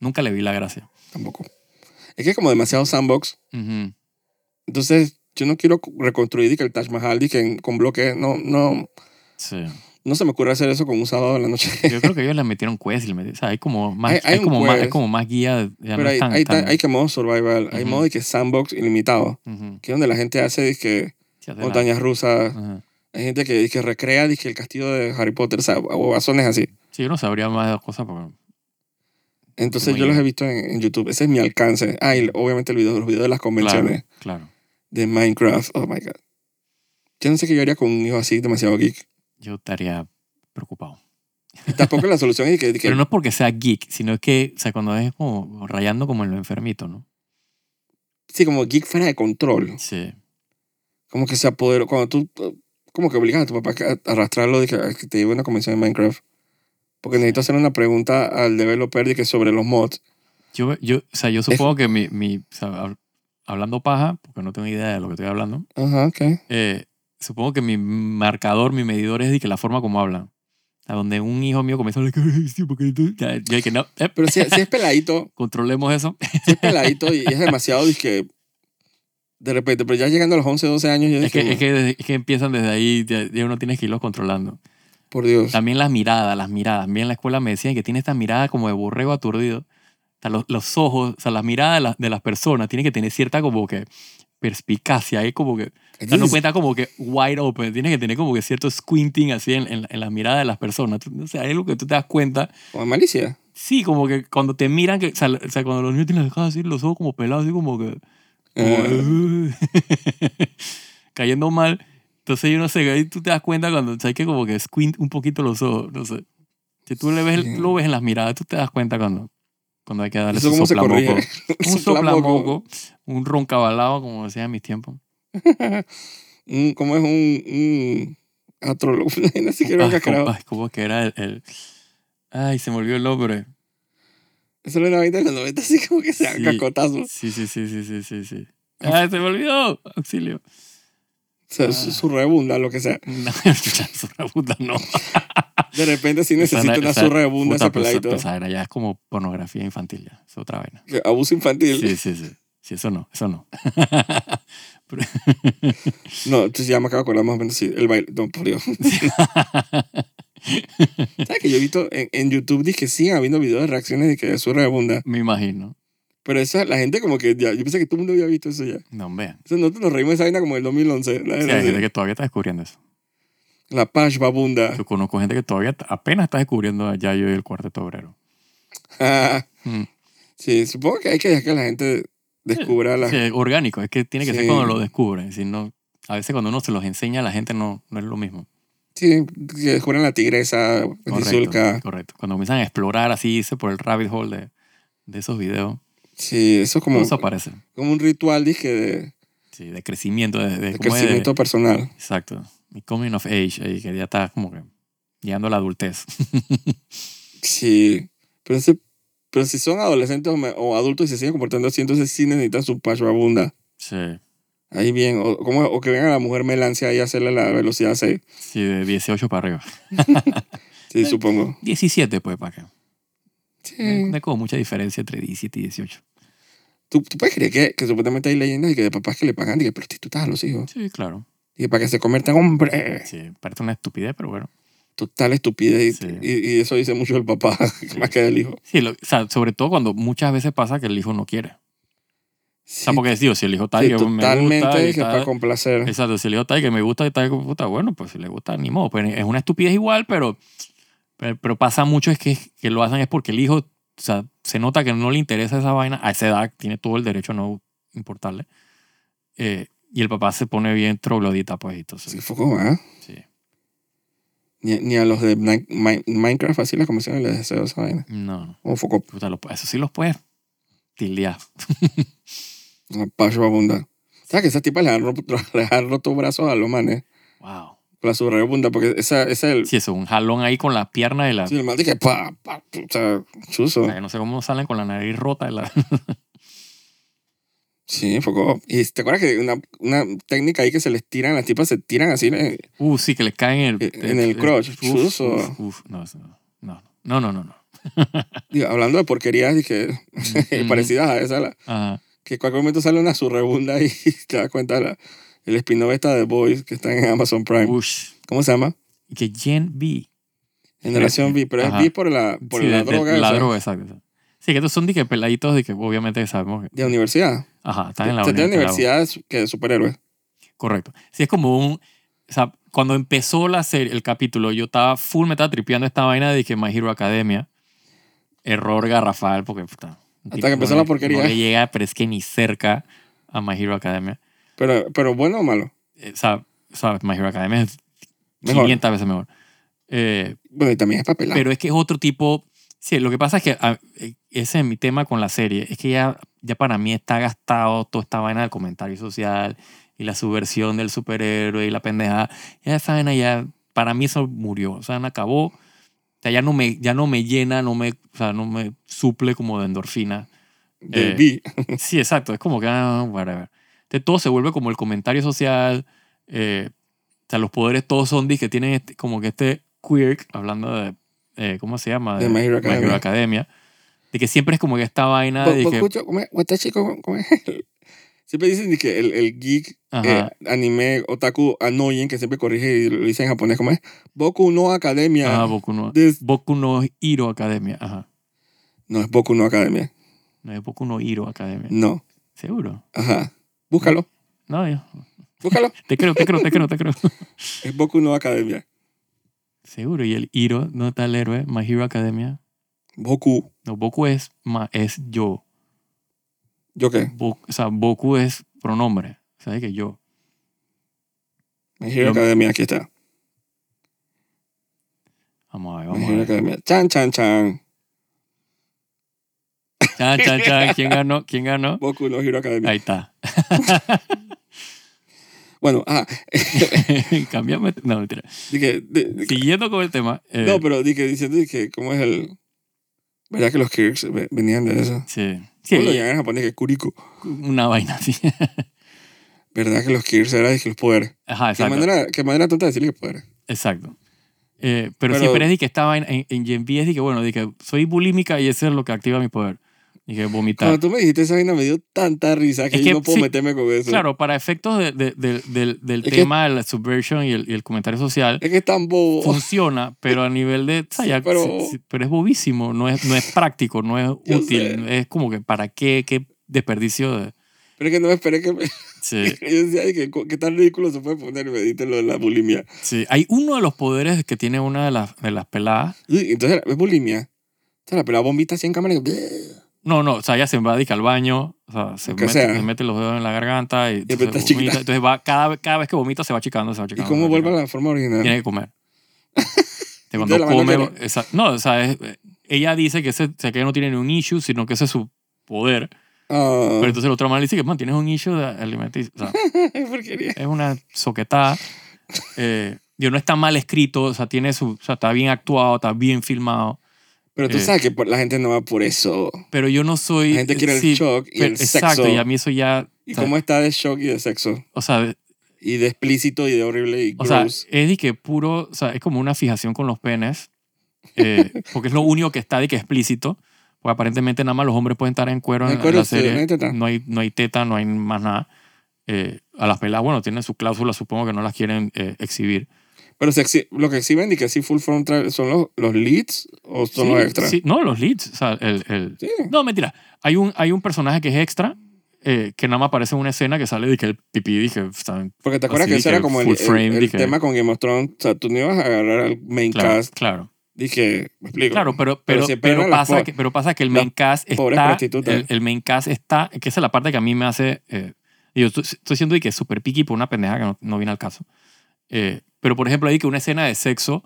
B: nunca le vi la gracia.
A: Tampoco. Es que es como demasiado sandbox.
B: Ujú.
A: Entonces, yo no quiero reconstruir di que el Taj Mahal di que en- con bloques. No, no,
B: Sí.
A: no se me ocurre hacer eso con un sábado en la noche.
B: Yo creo que ellos le metieron quest. le meti- o sea, hay como más,
A: Hay-
B: hay,
A: hay un
B: como, más,
A: quest.
B: hay como más guía. Ya
A: Pero
B: no
A: hay,
B: es tan-
A: hay, ta-
B: tan-
A: hay que modo survival. Hay
B: Ujú.
A: modo de que sandbox ilimitado.
B: Ujú.
A: Que es donde la gente hace disque
B: Sí, hace la-
A: montañas rusas.
B: Ajá.
A: Hay gente que, que recrea disque el castillo de Harry Potter. O sea, bobazones así.
B: Sí, yo no sabría más de dos cosas porque.
A: Entonces,
B: Muy
A: yo los
B: bien.
A: he visto en, en YouTube. Ese es mi alcance. Ah, y obviamente el video, los videos de las
B: Claro,
A: convenciones
B: claro.
A: de Minecraft. Oh my God. Yo no sé qué yo haría con un hijo así, demasiado geek.
B: Yo estaría preocupado.
A: Tampoco la solución es que, que-
B: Pero no es porque sea geek, sino es que, o sea, cuando es como rayando como en lo enfermito, ¿no?
A: sí, como geek fuera de control.
B: Sí.
A: Como que se apoderó. Cuando tú, eh, como que obligas a tu papá a arrastrarlo de que, a que te lleve a una convención de Minecraft. Porque necesito hacer una pregunta al developer de que sobre los mods.
B: Yo, yo, o sea, yo supongo que mi, mi o sea, hab- hablando paja, porque no tengo idea de lo que estoy hablando,
A: Ajá, ok.
B: eh, supongo que mi marcador, mi medidor es de que la forma como hablan. A donde un hijo mío comienza a hablar, "Ay, sí, porque tú-". Ya, yo de que no, eh,
A: Pero si, si es peladito,
B: controlemos eso.
A: si es peladito y es demasiado, dizque, de repente, pero ya llegando a los 11, 12 años, yo
B: Es
A: dije,
B: que, es, que, desde- es que empiezan desde ahí, ya, ya uno tiene que irlos controlando.
A: por Dios.
B: También las miradas, las miradas. A mí en la escuela me decían que tiene esta mirada como de borrego aturdido. O sea, los, los ojos, o sea, las miradas de, las- de las personas tienen que tener cierta como que perspicacia. Hay como que O sea, no cuenta como que wide open, tienes que tener como que cierto squinting así en, en, la- en la mirada de las personas. Tú- O sea, es lo que tú te das cuenta.
A: Con malicia.
B: Sí, como que cuando te miran, que, o, sea, o sea, cuando los niños tienen las caras así, los ojos como pelados, así como que... como que,
A: Eh,
B: "Ugh", cayendo mal. Entonces yo no sé, ahí tú te das cuenta cuando o sea, hay que como que squint un poquito los ojos, no sé. Si tú le ves,
A: Sí.
B: tú lo ves en las miradas, tú te das cuenta cuando, cuando hay que darle
A: ¿Eso
B: su
A: cómo se corrige?
B: soplamoco. Un
A: soplamoco.
B: soplamoco, un roncabalao, como decía en mis tiempos.
A: un- ¿Cómo es un, un atrólogo? Así que
B: Ay,
A: era un
B: ¿cómo,
A: cascarado.
B: ay, ¿cómo que era el, el- Ay, se me olvidó el nombre.
A: Eso era una vaina de los 90, así como que se dan
B: Sí.
A: cacotazos.
B: Sí, sí, sí, sí, sí, sí, sí. Ay, se me olvidó. Auxilio.
A: O sea,
B: Ah.
A: su, su rebunda, lo que sea.
B: No, chucha, surra puta, no.
A: De repente sí necesita
B: Esa-
A: una
B: esa-
A: surra de bunda
B: puta,
A: ese
B: pues,
A: peladito.
B: pues, esa era ya es como pornografía infantil ya. Es otra vaina.
A: Que Abuso infantil.
B: Sí, sí, sí. Sí, eso no, eso no.
A: No, entonces ya me acabo de acordar más o menos sí, el baile. No, por Dios. ¿Sabes que yo he visto en, en YouTube dije que siguen habiendo videos de reacciones de que de surra de bunda?
B: Me imagino.
A: Pero esa, la gente como que ya, yo pensé que todo el mundo había visto eso ya.
B: No, vean.
A: Entonces nosotros nos reímos de esa vaina como en el 2011. La,
B: Sí,
A: la,
B: hay gente que todavía está descubriendo eso.
A: la Pashba bunda.
B: Yo conozco gente que todavía t- apenas está descubriendo a Yayo y el cuarteto obrero. Mm.
A: sí, supongo que hay que dejar que la gente descubra las...
B: Sí, orgánico, es que tiene que
A: Sí.
B: ser cuando lo descubren. Si no, a veces cuando uno se los enseña a la gente no, no es lo mismo.
A: Sí, que descubran la tigresa,
B: Correcto,
A: Rizulca.
B: correcto. Cuando comienzan a explorar así, irse por el rabbit hole de, de esos videos,
A: Sí, eso es como,
B: todo eso aparece.
A: como un ritual, dije, de,
B: Sí, de crecimiento, de, de-
A: de
B: ¿cómo es? De-
A: crecimiento personal.
B: exacto. Y coming of age, ahí que ya estás como que llegando a la adultez.
A: Sí, pero, ese- pero si son adolescentes o, me- o adultos y se siguen comportando así, entonces sí necesitan su pachabunda.
B: Sí,
A: Ahí bien, o, como, o que venga la mujer melancia y hacerle la velocidad 6.
B: sí, de 18 para arriba.
A: Sí, supongo.
B: 17 pues para acá.
A: Sí.
B: No hay como mucha diferencia entre 17 y 18.
A: ¿Tú, tú puedes creer que, que supuestamente hay leyendas y que de papás que le pagan y que prostitutas a los hijos
B: Sí, claro.
A: y que para que se conviertan en hombre.
B: Sí, parece una estupidez, pero bueno.
A: total estupidez. y-
B: Sí.
A: Y, y eso dice mucho el papá, más que del hijo.
B: Sí, lo- o sea, sobre todo cuando muchas veveces pasa que el hijo no quiere. O sea,
A: Sí,
B: porque digo, si el hijo está
A: sí,
B: ahí, que me
A: totalmente
B: gusta, y
A: que
B: está-
A: para complacer.
B: Exacto, si el hijo está ahí, que me gusta y tal, que puta, bueno, pues si le gusta, ni modo. Pero es una estupidez igual, pero, pero, pero pasa mucho es que, que lo hacen es porque el hijo, o sea, se nota que no le interesa esa vaina. A esa edad tiene todo el derecho a no importarle. Eh, y el papá se pone bien troglodita, pues, y entonces,
A: Sí, fue como, ¿ah?
B: sí.
A: Ni, ni a los de Min- Min- Minecraft así las comisiones les deseo esa vaina.
B: No, no.
A: Como foco,
B: Puta, lo- eso sí los puedes tildear.
A: una pacho abunda. ¿Sabes que esas tipas le han roto, le han roto brazos a los manes?
B: Wow.
A: Con la subrayabunda, porque esa, esa es el...
B: Sí, eso, un jalón ahí con las piernas de la...
A: Sí, el mal de que pa, pa, o sea, chuzo.
B: o sea, no sé cómo salen con la nariz rota de la...
A: Sí, foco. Y te acuerdas que una, una técnica ahí que se les tiran, las tipas se tiran así, le-
B: Uh, sí, que les caen en el...
A: E-, En el crotch,
B: Uf,
A: chuzo.
B: uf, uf. No, eso no. no, no, no, no. no.
A: digo, hablando de porquerías, dije, eh,
B: Ujú.
A: parecidas a esa, la-
B: Ajá.
A: que en cualquier momento sale una surrebunda y te das cuenta la, el spin-off esta de Boys que está en Amazon Prime.
B: Ush.
A: ¿Cómo se llama?
B: Y Que Gen B.
A: Generación
B: Creo que-
A: B, pero
B: ajá.
A: es B por la, por
B: Sí,
A: la
B: de- de-
A: droga
B: La
A: esa,
B: droga, exacto. exacto. Sí, que estos son de que peladitos de que obviamente sabemos que...
A: de la universidad.
B: Ajá,
A: Se
B: están en la
A: tiene
B: de la-
A: universidad que de superhéroes.
B: Correcto. Sí, es como un... O sea, cuando empezó la serie, el capítulo, yo estaba full, me estaba tripeando esta vaina de que My Hero Academia. Error garrafal, porque... puta, un
A: Hasta
B: tipo
A: que empezó
B: no
A: la
B: le-
A: porquería.
B: No le llega, pero es que ni cerca a My Hero Academia.
A: Pero, pero bueno o malo.
B: Eh, O sea, o sea, My Hero Academia es
A: Mejor.
B: 500 veces mejor. Eh,
A: Bueno, y también es papelado.
B: Pero es que es otro tipo. Sí, lo que pasa es que ah, eh, ese es mi tema con la serie. Es que ya, ya para mí está gastado toda esta vaina del comentario social y la subversión del superhéroe y la pendejada. Ya esa vaina ya, para mí eso murió. O sea, acabó. O sea, ya no me, ya no me llena, no me, o sea, no me suple como de endorfina.
A: de
B: eh,
A: B.
B: Sí, exacto. Es como que, ah, whatever. Entonces, todo se vuelve como el comentario social. eh, o sea, los poderes todos son dis que tienen este- como que este quirk, hablando de, eh, ¿cómo se llama?
A: De My Hero Academia.
B: Academia, De que siempre es como que esta vaina de
A: Po- po-
B: que...
A: escucho, ¿cómo es? Watashi, ¿cómo- cómo es? Siempre dicen que el, el geek eh,
B: Ajá,
A: anime otaku annoying que siempre corrige y lo dice en japonés, ¿cómo es? Boku no Academia.
B: ajá, Boku no,
A: This-
B: Boku no Hero Academia. Ajá.
A: No, es Boku no Academia.
B: No es Boku no Hero Academia.
A: No.
B: ¿Seguro?
A: Ajá. Búscalo.
B: No, yo-
A: Búscalo.
B: te creo, te creo, te creo, te creo.
A: es Boku no Academia.
B: Seguro. Y el Hero, no está el héroe, My Hero Academia.
A: Boku.
B: No, Boku es, ma, es yo.
A: ¿Yo qué?
B: Bo- o sea, Boku es pronombre. ¿Sabes que yo?
A: My Hero
B: Yo-
A: Academia. Aquí está.
B: Vamos a ver,
A: My
B: vamos a
A: Hero
B: ver.
A: Academia. Chan, chan, chan.
B: Chan, chan, chan. ¿Quién ganó? ¿Quién ganó?
A: Boku no Hero Academia.
B: Ahí está.
A: Bueno, ah,
B: Cambiame. No, mentira.
A: dije, de- de-
B: Siguiendo con el tema. eh,
A: no, pero dije, diciendo que cómo es el... ¿Verdad que los Kirks ve- venían de eso?
B: Sí.
A: Sí.
B: Sí,
A: Lo llaman en japonés que Kuriko.
B: una vaina así.
A: ¿Verdad que los Kirks eran dije, los poderes?
B: Ajá,
A: ¿Qué
B: exacto.
A: manera, qué manera tonta de decirle que poderes.
B: Exacto. Eh, pero,
A: Pero-
B: siempre es de que estaba en, en, en Gen V, es de que, bueno, de que soy bulímica y eso es lo que activa mi poder. Y que vomitar.
A: Cuando tú me dijiste esa vaina me dio tanta risa que,
B: Es que
A: yo no puedo
B: sí.
A: meterme con eso.
B: Claro, para efectos de- de- del- del, del
A: Es que-
B: tema de la subversion y el, y el comentario social,
A: Es que es tan bobo.
B: funciona, pero a nivel de... o sea, ya- si- si-
A: Pero-
B: pero, es bobísimo, no es, no es práctico, no es
A: Yo
B: útil, es como que para qué, qué desperdicio de...
A: Pero es que no me esperé que me...
B: Sí,
A: Yo decía, ay, que, qué tan ridículo se puede poner y me dijiste lo de la bulimia.
B: sí. Hay uno de los poderes que tiene una de las, de las peladas.
A: Y Entonces, es bulimia. O sea, la pelada bombita así en cámara y...
B: No, no, o sea, ella se va a al baño, o sea, se
A: Lo que
B: mete,
A: sea.
B: se mete los dedos en la garganta y
A: después
B: entonces,
A: está chiquita.
B: vomita, entonces va, cada, vez- cada vez que vomita se va chicando, se va
A: ¿Y
B: chicando.
A: cómo vuelve a la forma
B: Tiene
A: original?
B: que comer. Entonces,
A: Entonces,
B: cuando
A: la mano
B: come... esa- no, o sea, es- ella dice que, ese, o sea, que ella no tiene ni un issue, sino que ese es su poder.
A: Ah,
B: Pero entonces el otro man le dice que, man, tienes un issue de alimenticio. O sea,
A: porquería.
B: es una soquetada. Eh, digo, no está mal escrito, o sea, tiene su, o sea, está bien actuado, está bien filmado.
A: Pero tú
B: Eh.
A: sabes que por- la gente no va por eso.
B: Pero yo no soy.
A: La gente quiere el
B: sí,
A: shock y
B: pero-
A: el
B: exacto,
A: sexo.
B: y a mí eso ya.
A: ¿Y
B: o sea,
A: cómo está de shock y de sexo?
B: O sea, de-
A: Y de explícito y de horrible y
B: o sea,
A: gross.
B: es de que puro, o sea, es como una fijación con los penes, eh, porque es lo único que está de que explícito. Porque aparentemente nada más los hombres pueden estar en cuero
A: No hay
B: en, en
A: cuero,
B: la
A: sí, no hay
B: serie.
A: teta.
B: No hay, no hay teta, no hay más nada. Eh, a las peladas, bueno, tienen sus cláusulas, supongo que no las quieren eh, exhibir.
A: Pero se exhi- lo que exhiben y que sí full frontal son los, los leads o son los
B: Sí,
A: extras. Sí.
B: sí, no, los leads. O sea, el, el- No, mentira. Hay un, hay un personaje que es extra eh, que nada más aparece en una escena que sale de que el pipí dije, "Está-
A: Porque te acuerdas
B: Así
A: que ese
B: que
A: era como el,
B: full
A: el-
B: frame,
A: el
B: dije.
A: tema con Game of Thrones. O sea, tú no ibas a agarrar al main
B: claro,
A: cast.
B: claro.
A: Dije, me explico.
B: Claro, pero, pero,
A: siempre
B: pero,
A: eran las
B: pasa
A: po-
B: que, pero pasa que el
A: las
B: main cast
A: pobres
B: está.
A: prostitutas.
B: El, el main cast está. Que esa es la parte que a mí me hace. eh, yo estoy, estoy siendo de que súper picky por una pendeja que no, no viene al caso. Eh, pero por ejemplo, hay que una escena de sexo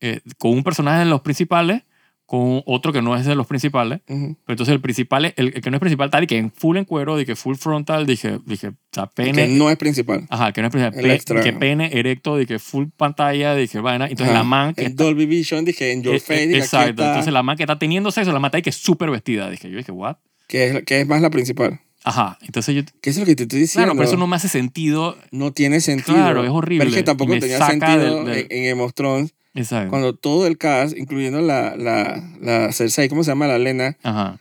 B: eh, con un personaje de los principales, con otro que no es de los principales.
A: Ujú.
B: Pero entonces el principal, es- el, el que no es principal, está de que en full en cuero, de que full frontal, dije, dije, o sea, pene.
A: Que no es principal.
B: Ajá, que no es principal.
A: El
B: pe-
A: extra.
B: que pene erecto, de que full pantalla, de que vaina. Entonces
A: Ajá.
B: la man que
A: En Dolby Vision dije, en Your
B: eh,
A: Face.
B: eh,
A: dije, aquí
B: Exacto.
A: está,
B: Entonces la man que está teniendo sexo, la mata y que es súper vestida. Dije, yo dije, what?
A: que, es, que es más la principal.
B: Ajá. Entonces yo,
A: ¿Qué es lo que te estoy diciendo?
B: claro, pero eso no me hace sentido.
A: No tiene sentido.
B: Claro, es horrible.
A: Pero es que tampoco
B: Y me
A: tenía
B: saca
A: sentido
B: del- del-
A: en, en Game of Thrones,
B: Exacto.
A: cuando todo el cast, incluyendo la, la, la Cersei, ¿cómo se llama? La Lena,
B: Ajá.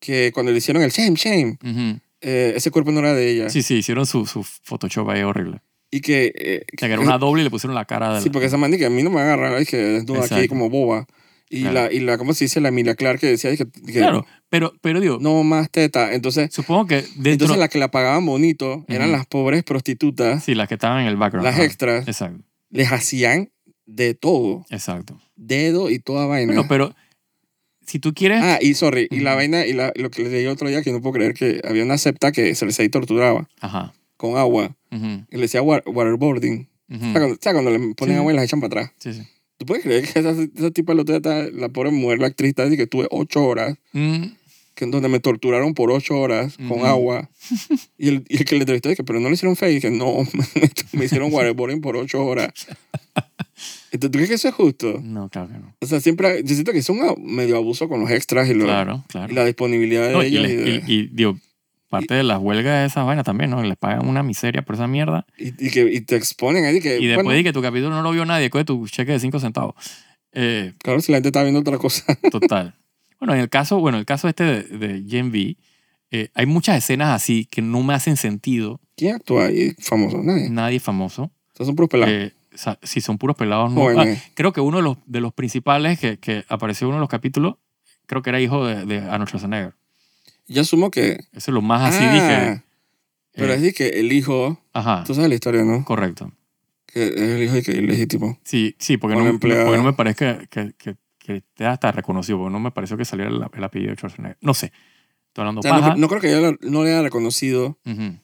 A: que cuando le hicieron el shame, shame,
B: Ujú.
A: eh, ese cuerpo no era de ella.
B: Sí, sí, hicieron su, su Photoshop ahí horrible.
A: Y que... eh,
B: O sea, que era una doble y le pusieron la cara de
A: Sí, porque esa man que a mí no me va a agarrar, dije, desnuda aquí
B: Exacto.
A: como boba. Y,
B: Claro.
A: la, y la, ¿cómo se dice? La Emilia Clark que decía, dije, que
B: Claro, pero, pero digo,
A: no más teta. Entonces,
B: supongo que dentro...
A: entonces la que la pagaban bonito eran
B: Ujú.
A: las pobres prostitutas,
B: Sí, las que estaban en el background.
A: las
B: ajá.
A: extras,
B: Exacto,
A: les hacían de todo,
B: exacto.
A: dedo y toda vaina.
B: Bueno, pero si tú quieres...
A: Ah, y sorry, y la
B: Ujú.
A: vaina, y la- lo que les leí otro día, que no puedo creer que había una septa que Cersei torturaba
B: Ajá.
A: con agua.
B: Ujú,
A: Y le decía wa- waterboarding.
B: ujú.
A: O sea, cuando, o sea, cuando le ponen
B: Mm. Sí.
A: agua y las echan para atrás.
B: Sí, sí.
A: ¿Tú puedes creer que esa, esa tipa, la, otra está- la pobre mujer, la actriz, está así que tuve ocho horas,
B: Mm,
A: que, donde me torturaron por ocho horas con
B: Ujú.
A: agua? Y el, y el que le entrevistó dice, pero no le hicieron face. Y que no, me hicieron waterboarding por ocho horas. Entonces, ¿tú crees que eso es justo?
B: No, claro que no.
A: O sea, siempre, yo siento que es un a- medio abuso con los extras y, lo-
B: Claro, claro.
A: y la eh. disponibilidad de
B: No, y,
A: ellos.
B: les-
A: y de-
B: y- y, digo, parte de las huelgas de esas vainas también, ¿no? Les pagan una miseria por esa mierda.
A: Y, y que y te exponen ahí que,
B: Y después
A: Eh, bueno,
B: de que tu capítulo no lo vio nadie, coge tu cheque de 5 centavos. Eh,
A: claro, si la gente está viendo otra cosa.
B: total. bueno, en el caso, bueno, el caso este de, de Gen V, eh, hay muchas escenas así que no me hacen sentido.
A: ¿Quién actúa ahí famoso? Nadie.
B: Nadie famoso.
A: O sea, son puros pelados.
B: Mm. Eh, o sea, si son puros pelados, no. Ah,
A: jóvenes.
B: creo que uno de los, de los principales que, que apareció en uno de los capítulos, creo que era hijo de, de Arnold Schwarzenegger.
A: Yo asumo que...
B: Eso es lo más así
A: Ah,
B: dije. eh,
A: Pero es de que el hijo...
B: ajá,
A: Tú sabes la historia, ¿no?
B: correcto.
A: Que es el hijo de que ilegítimo.
B: Sí, sí, porque,
A: Con
B: no,
A: un empleado.
B: porque no me parece que, que, que, que esté hasta reconocido, porque no me pareció que saliera el, el apellido de Schwarzenegger. No sé, estoy hablando
A: O sea, no,
B: paja.
A: cre- no creo que ella la- no le haya reconocido.
B: Ujú,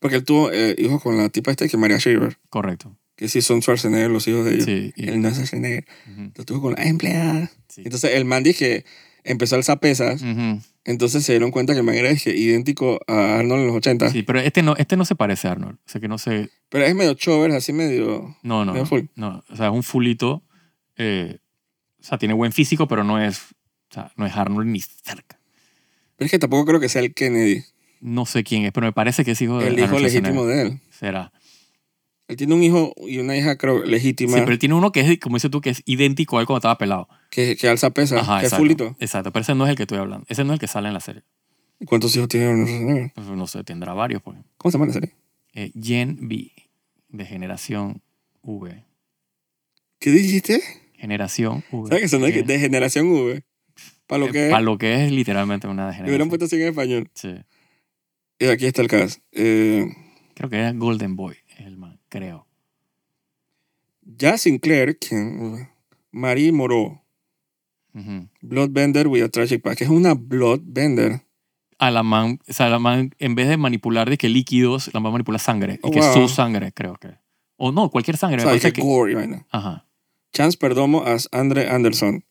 A: Porque él tuvo eh, hijos con la tipa esta que es María Shaver.
B: correcto.
A: Que sí son Schwarzenegger, los hijos de ellos.
B: Sí, y-
A: Él no es Schwarzenegger.
B: ujú,
A: Lo tuvo con la empleada.
B: sí. Mm.
A: Entonces el man dije... Empezó a alzar pesas.
B: Ujú,
A: Entonces se dieron cuenta que el man era dije, idéntico a Arnold en los 80.
B: sí, pero este no, este no se parece a Arnold. O sea, que no sé.
A: Pero es medio chover, así medio...
B: No, no.
A: Medio
B: no,
A: full.
B: no, o sea, es un fulito. eh, o sea, tiene buen físico, pero no es, o sea, no es Arnold ni cerca.
A: Pero es que tampoco creo que sea el Kennedy,
B: No sé quién es, pero me parece que es hijo de
A: el
B: Arnold
A: hijo legítimo
B: Schwarzenegger.
A: de él.
B: Será.
A: Él tiene un hijo y una hija, creo, legítima,
B: Sí, pero él tiene uno que es, como dices tú, que es idéntico a él cuando estaba pelado.
A: que, que alza pesa,
B: Ajá,
A: Ah, que es
B: exacto.
A: fulito.
B: Exacto, pero ese no es el que estoy hablando. Ese no es el que sale en la serie.
A: ¿Y ¿Cuántos hijos tiene Arnold Schwarzenegger?
B: Pues, no sé, tendrá varios. Pues.
A: ¿Cómo se llama la serie?
B: Eh, Gen V, de generación V.
A: ¿Qué dijiste?
B: Generación V.
A: ¿Sabes que son de,
B: Gen-
A: de generación V? Para lo que
B: eh,
A: es.
B: pa' lo que es literalmente una
A: Le hubieran
B: generación.
A: puesto así en español.
B: Sí.
A: Y aquí está el caso. Eh,
B: Creo que es Golden Boy, el man, creo.
A: ya Sinclair, quien... Marie Moreau,
B: Ujú.
A: Bloodbender with a Tragic Past, que es una Bloodbender.
B: A la man, o sea, la man, en vez de manipular de que líquidos, la man manipula sangre.
A: Oh,
B: y que
A: wow.
B: su sangre, creo que. O no, cualquier
A: O
B: sangre. me
A: sea,
B: parece
A: que
B: que-
A: gore y vaina.
B: Ajá.
A: Chance Perdomo as Andre Anderson.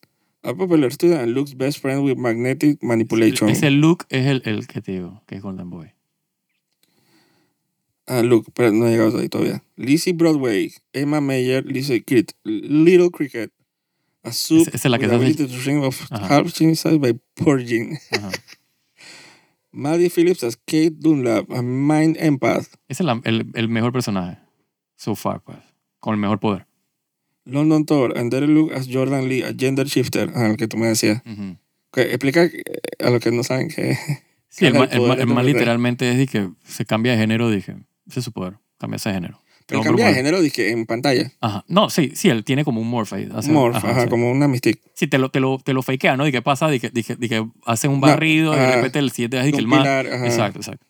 A: A popular student and Luke's best friend with magnetic manipulation.
B: E- Ese look es el, el que te digo, que es Golden Boy.
A: Ah, Luke, pero no he llegado ahí todavía. Lizzie Broadway, Emma Mayer, Lizzie Kit, Little Cricket. A soup
B: Esa- esa es la que
A: with
B: se hace-
A: ability to shrink of
B: Ajá.
A: half inside by purging.
B: Ajá.
A: Maddie Phillips as Kate Dunlap, a mind empath.
B: Ese es la- el, el mejor personaje. So far, pues. Con el mejor poder.
A: London Thor, and Derek Luke as Jordan Lee, a gender shifter. Ah, lo que tú me decías.
B: Ujú.
A: Que explica eh, a los que no saben que
B: Sí, el,
A: Cara
B: man-
A: de poder
B: el, man- el man
A: interpretar.
B: literalmente es de que se cambia de género, dije. Ese es su poder. Cambia ese género.
A: Pero
B: No,
A: cambia de
B: pero-
A: género dizque, en pantalla.
B: Ajá. No, sí, sí, él tiene como un morph ahí. hace-
A: Morph,
B: ajá,
A: ajá,
B: sí.
A: como una Mystique.
B: Sí, te lo, te lo, te lo fakea, ¿no? ¿Y qué pasa? De que, de que, de que hace un
A: No,
B: barrido y de
A: ajá.
B: repente el siguiente es de que el
A: Un
B: más.
A: pilar, ajá.
B: Exacto, exacto.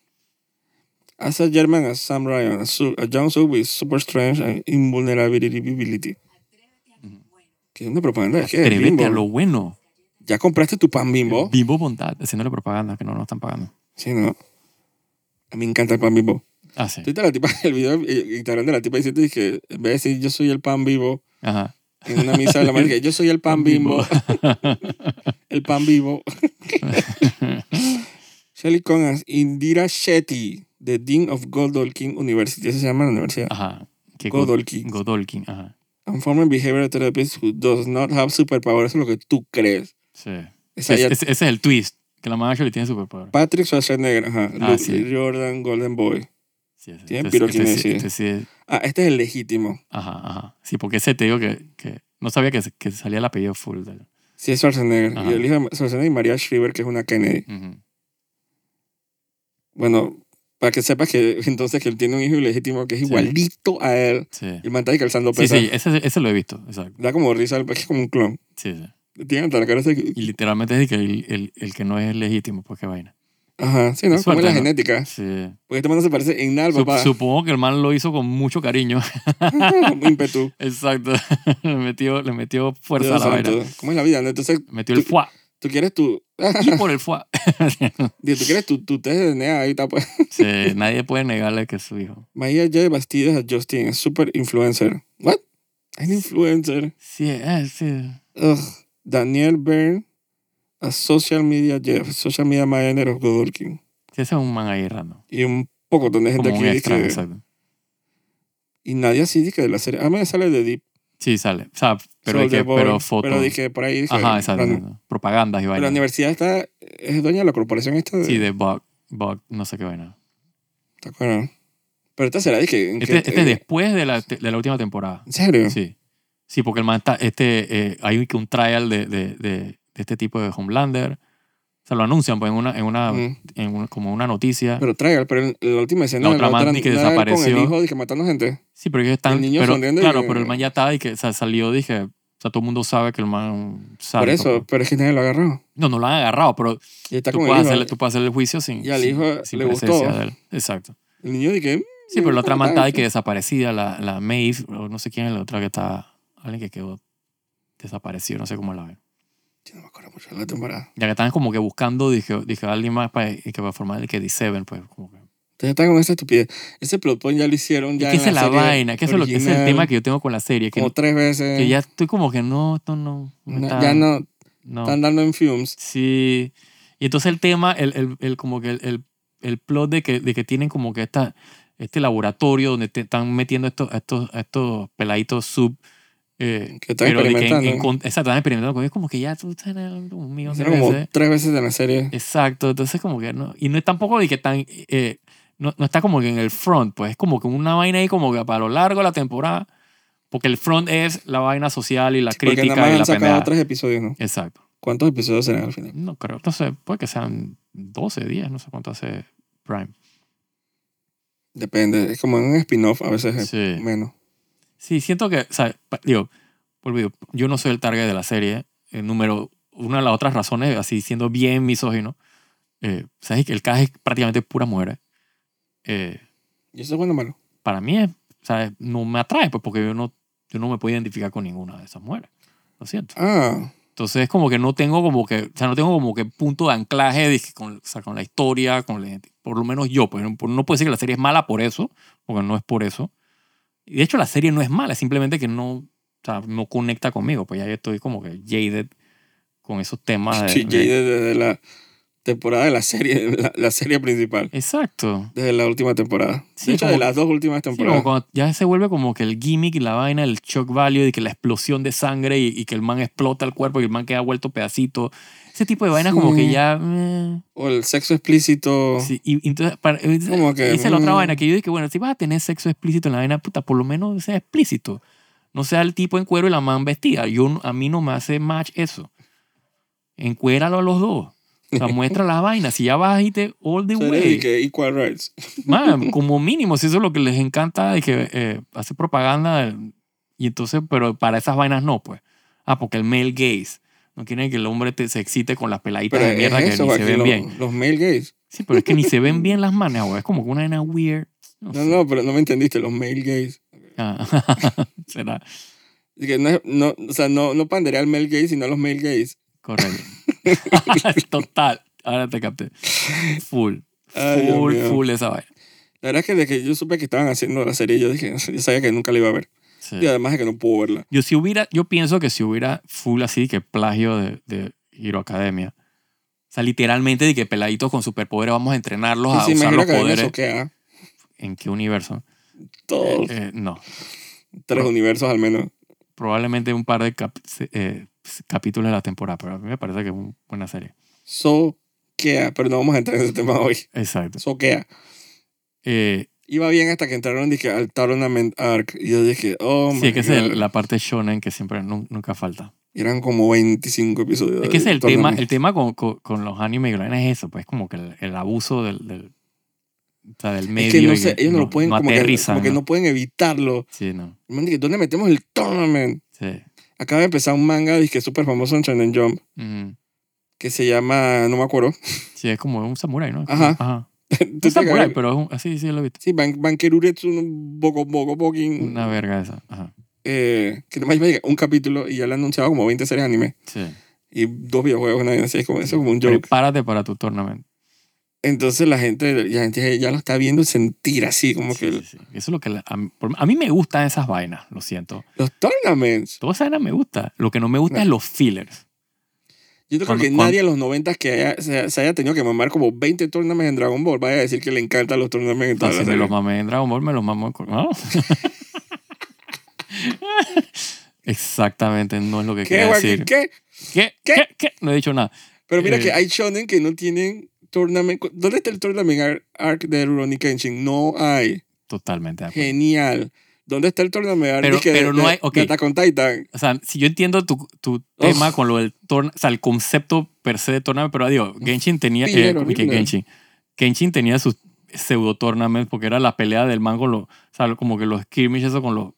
A: As a German, as Sam Ryan, as Su- a John Su with super strength and invulnerability. Que es una propaganda. Es que es
B: Atrévete
A: bimbo.
B: a lo bueno.
A: ¿Ya compraste tu pan bimbo?
B: Bimbo Bondad, haciéndole propaganda que no nos están pagando.
A: Sí, ¿no? A mí me encanta el pan bimbo.
B: Ah, sí.
A: Tú viste la tipa, el video en Instagram de la tipa diciendo que en vez de decir yo soy el pan vivo,
B: Ajá.
A: en una misa de la madre, que yo soy el pan bimbo, el pan vivo. Shelly Kong as Indira Shetty, the Dean of Godolkin University. Eso se llama la universidad.
B: Ajá. Que Go-
A: Godolkin.
B: Godolkin, ajá.
A: And former behavioral therapist who does not have superpower. Eso es lo que tú crees.
B: Sí.
A: Esa
B: Ese,
A: ya-
B: ese- ese es el twist. Que la madre Ashley tiene superpoder.
A: Patrick Schwarzenegger, ajá.
B: Ah,
A: Luke
B: sí.
A: Jordan, Golden Boy.
B: Sí, ese-
A: Tiene
B: este sí- este sí-
A: piroquinesis.
B: este sí es-
A: Ah, este es el legítimo.
B: Ajá, ajá. Sí, porque ese te digo que, que no sabía que, que salía el apellido full. del-
A: Sí, es Schwarzenegger.
B: Ajá.
A: Y el hijo de Schwarzenegger y María Shriver, que es una Kennedy.
B: Ujú.
A: Bueno, para que sepas que entonces que él tiene un hijo ilegítimo que es
B: Sí.
A: igualito a él.
B: Sí.
A: Y el man está ahí calzando
B: Sí,
A: pesas.
B: sí, ese, ese lo he visto, exacto.
A: Da como risa, porque es como un clon.
B: Sí, sí.
A: Tiene hasta la cara así que-
B: Y literalmente es de que el, el, el que no es legítimo, pues qué vaina.
A: Ajá, sí, ¿no?
B: Es
A: como es la
B: suerte, ¿no?
A: genética.
B: Sí.
A: Porque este man no se parece en nada al
B: Sup-
A: papá.
B: supongo que el man lo hizo con mucho cariño.
A: Como ímpetu.
B: Exacto. le, metió, le metió fuerza
A: Dios
B: a la vaina.
A: santo. ¿Cómo es la vida? no? Entonces,
B: Metió el fuá.
A: tú quieres tu...
B: Y por el fuá.
A: Digo, tú quieres tu, tu test de DNA ahí está pues.
B: Sí, nadie puede negarle que es su hijo.
A: María J. Bastidas a Justin es super influencer. What? An influencer.
B: Sí, eh, sí.
A: Ugh. Daniel Byrne a social media Jeff, social media manager of Godolkin.
B: Sí, ese es un man ahí random.
A: Y un poco de gente
B: Como un
A: aquí
B: extra,
A: dice-
B: exacto.
A: y nadie así dice que de la serie. Ah, me sale de Deep.
B: Sí, sale. O sea, pero,
A: Soul
B: hay que,
A: Devour,
B: pero foto.
A: Pero dije por ahí dije.
B: Ajá, exacto.
A: random.
B: exacto. Propagandas y
A: Pero la
B: vainas.
A: universidad está es dueña de la corporación esta. De,
B: Sí, de Bug. Bug, no sé qué vaina.
A: ¿Te acuerdas? Pero esta será dije en
B: Este,
A: que-
B: este es después de la, de la última temporada.
A: ¿En serio?
B: Sí. Sí, porque el man está, este, eh, hay un- que un trial de, de, de, de este tipo de Homelander. O sea, lo anuncian pues, en una, en una,
A: Mm.
B: en un- como una noticia.
A: Pero traiga, pero en la última escena
B: La otra man
A: otra,
B: di que
A: nada de él con
B: desapareció.
A: el hijo de que matando gente.
B: sí, pero ellos están,
A: el niño
B: pero,
A: sonriendo y-
B: claro, pero el man ya está y que o sea, salió, dije, o sea, todo el mundo sabe que el man sabe.
A: Por eso, pero es que nadie lo agarró.
B: No, no lo han agarrado, pero
A: Y está
B: tú
A: con
B: puedes,
A: el hijo.
B: hacerle, tú puedes hacerle el juicio sin,
A: Y al
B: sin-
A: hijo
B: sin
A: le
B: presencia
A: gustó.
B: de él. Exacto.
A: El niño de que... mm,
B: Sí, pero la otra man está
A: importante.
B: y que desaparecida, la, la Maeve, o no sé quién es la otra que está, alguien que quedó desaparecido, no sé cómo la ven.
A: Yo no me acuerdo mucho de la temporada.
B: Ya que están como que buscando, dije, dije alguien más para, y que para formar el que D7, pues. Como que.
A: Entonces está con esa estupidez. Ese plot point ya lo hicieron ya
B: ¿Qué
A: en
B: es la
A: serie
B: vaina? Que eso es lo que ese es el
A: original,
B: tema que yo tengo con la serie. Que,
A: Como tres veces.
B: que ya estoy como que no, esto no. no
A: Na-
B: está-
A: ya no,
B: no.
A: están dando en films.
B: Sí. Y entonces el tema, el, el, el- como que el, el, el plot de que, de que tienen como que esta, este laboratorio donde te están metiendo estos, a estos, a estos peladitos sub. eh,
A: Que están
B: pero de que en- en,
A: experimentando.
B: con- exacto, están experimentando con ellos, como que ya tú estás en el- Dios mío,
A: Hicieron
B: ¿qué
A: como
B: haces?
A: tres veces en la serie.
B: Exacto, entonces como que no. Y no es tampoco de que tan. eh, no, no está como que en el front, pues es como que una vaina ahí como que para lo largo de la temporada. Porque el front es la vaina social y la
A: Porque nada
B: crítica
A: más
B: y
A: han
B: la
A: sacado
B: pendeja.
A: tres episodios, ¿no?
B: Exacto.
A: ¿Cuántos episodios serán al final?
B: No creo, no sé, puede que sean 12 días, no sé cuánto hace Prime.
A: Depende. Es como un spin-off, a veces es
B: Sí.
A: menos.
B: Sí, siento que, o sea, pa- digo, olvido, yo no soy el target de la serie. eh, número, una de las otras razones, así siendo bien misógino, eh, o sea, es que el caje es prácticamente pura mujer. Eh,
A: ¿Y eso es bueno o malo?
B: para mí es, o sea, no me atrae, pues porque yo no, yo no me puedo identificar con ninguna de esas mujeres. Lo siento.
A: Ah,
B: Entonces, como que no tengo como que, o sea, no tengo como que punto de anclaje de que con, o sea, con la historia, con la gente. Por lo menos yo, pues no, no puede ser que la serie es mala por eso, porque no es por eso. Y de hecho, la serie no es mala, simplemente que no, o sea, no conecta conmigo. Pues ya yo estoy como que jaded con esos temas. de-
A: sí,
B: de-
A: desde, desde la temporada de la serie, la- la serie principal.
B: Exacto.
A: Desde la última temporada.
B: Sí,
A: de hecho,
B: como-
A: de las dos últimas
B: Sí, como
A: temporadas.
B: cuando ya se vuelve como que el gimmick y la vaina, el shock value, y que la explosión de sangre y, y que el man explota el cuerpo y el man queda vuelto pedacito. Ese tipo de vainas
A: Sí.
B: como que ya... eh,
A: o el sexo explícito.
B: sí, y, y entonces, para- eh,
A: Como que,
B: esa es la otra
A: mm.
B: vaina que yo dije, bueno, si vas a tener sexo explícito en la vaina, puta, por lo menos sea explícito. No sea el tipo en cuero y la man vestida. Yo, no- a mí no me hace match eso. Encuéralo a los dos. O sea, muestra las vainas. Si ya vas y te all the
A: O sea,
B: way.
A: y que equal rights.
B: Man, como mínimo, si eso es lo que les encanta de que eh, hacer propaganda. eh, Y entonces, pero para esas vainas no, pues. Ah, porque el male gaze. No quieren que el hombre te- se excite con las peladitas
A: Pero
B: de mierda
A: es
B: que
A: eso,
B: ni se
A: Joaquín,
B: ven
A: los,
B: bien.
A: los male gays.
B: Sí, pero es que ni se ven bien las manos, güey. Es como que una vaina weird. No
A: No,
B: sé.
A: no, pero no me entendiste, los male gays.
B: Ah, será
A: Así que no, es- no, o sea, no, no panderea al male gay, sino a los male gays.
B: correcto. Total. Ahora te capté. Full.
A: Ay, Dios
B: Full,
A: mío.
B: full esa vaina.
A: La verdad es que desde que yo supe que estaban haciendo la serie, yo dije, yo sabía que nunca la iba a ver.
B: Sí.
A: Y además es que no puedo verla.
B: Yo si hubiera, yo pienso que si hubiera full así que plagio de, de Hero Academia. O sea, literalmente de que peladitos con superpoderes vamos a entrenarlos a
A: y si
B: usar
A: imagino
B: los
A: que además
B: poderes.
A: eso Oh. queda
B: ¿En qué universo?
A: todos
B: Eh, no.
A: tres universos al menos.
B: Probablemente un par de cap- eh, capítulos de la temporada, pero a mí me parece que es una buena serie.
A: Soquea, pero no vamos a entrar en ese tema hoy.
B: Exacto.
A: Soquea.
B: Eh, dije
A: Iba bien hasta que entraron dije, al Tournament Arc. Y yo dije, oh, my
B: sí, es que esa es
A: God.
B: la parte shonen que siempre nu- nunca falta.
A: Eran como 25 episodios.
B: Es que ese es el
A: del
B: tema,
A: Tournament.
B: el tema con, con, con los animes y la vaina es eso, pues como que el, el abuso del, del, o sea, del medio.
A: Es que no
B: y
A: sé, ellos no, lo pueden,
B: no
A: como, que,
B: aterrizan,
A: como que
B: ¿no?
A: no pueden evitarlo.
B: Sí, no.
A: Y me dije, ¿dónde metemos el Tournament?
B: Sí.
A: Acaba de empezar un manga, dije, súper famoso en Shonen Jump,
B: Ujú.
A: que se llama, no me acuerdo.
B: Mm, Sí, es como un samurái, ¿no?
A: Ajá.
B: Ajá.
A: Tú
B: Un
A: te cagas.
B: samurái, pero es un- ah, sí, sí, lo he visto.
A: Sí, Ban Bankeruretsu, un boco, boco, boquín.
B: Una verga esa. Ajá.
A: eh, que nomás llega un capítulo y ya le han anunciado como 20 series de anime
B: Sí.
A: y dos videojuegos, una vaina así, es como, eso es como un joke.
B: Prepárate para tu torneo.
A: Entonces la gente, la gente ya lo está viendo sentir así, como que
B: Sí, sí, sí. Eso es lo que... la- a, mí, por- a mí me gustan esas vainas, lo siento.
A: los tournaments.
B: Todas esas vainas me gustan. Lo que no me gusta
A: No.
B: es los fillers.
A: Yo creo
B: Cuando-
A: que
B: cuando-
A: nadie en los 90 que haya- se, se haya tenido que mamar como 20 tournaments en Dragon Ball vaya a decir que le encantan los tournaments en todas
B: Entonces
A: las
B: me los
A: series.
B: mamé en Dragon Ball, me los mamó en Cor- ¿Ah? ¿no? Exactamente, no es lo que
A: ¿Qué,
B: quería
A: güey?
B: decir.
A: ¿Qué?
B: ¿Qué?
A: ¿Qué?
B: ¿Qué? ¿Qué? No he dicho nada.
A: Pero mira
B: Eh.
A: que hay shonen que no tienen tournament. ¿Dónde está el tournament ar- arc de Rurouni Kenshin? No hay.
B: Totalmente. de acuerdo.
A: Genial. ¿Dónde está el tournament arc
B: Pero-
A: dizque,
B: pero
A: de,
B: no
A: de-
B: hay- ok.
A: de Attack on Titan?
B: O sea, si yo entiendo tu, tu tema con lo del torneo, o sea, el concepto per se de torneo, pero digo, Genshin tenía.
A: Filler
B: eh,
A: horrible.
B: que Genshin. Genshin tenía sus pseudo tournaments porque era la pelea del mango, lo, o sea, como que los skirmish, eso con los,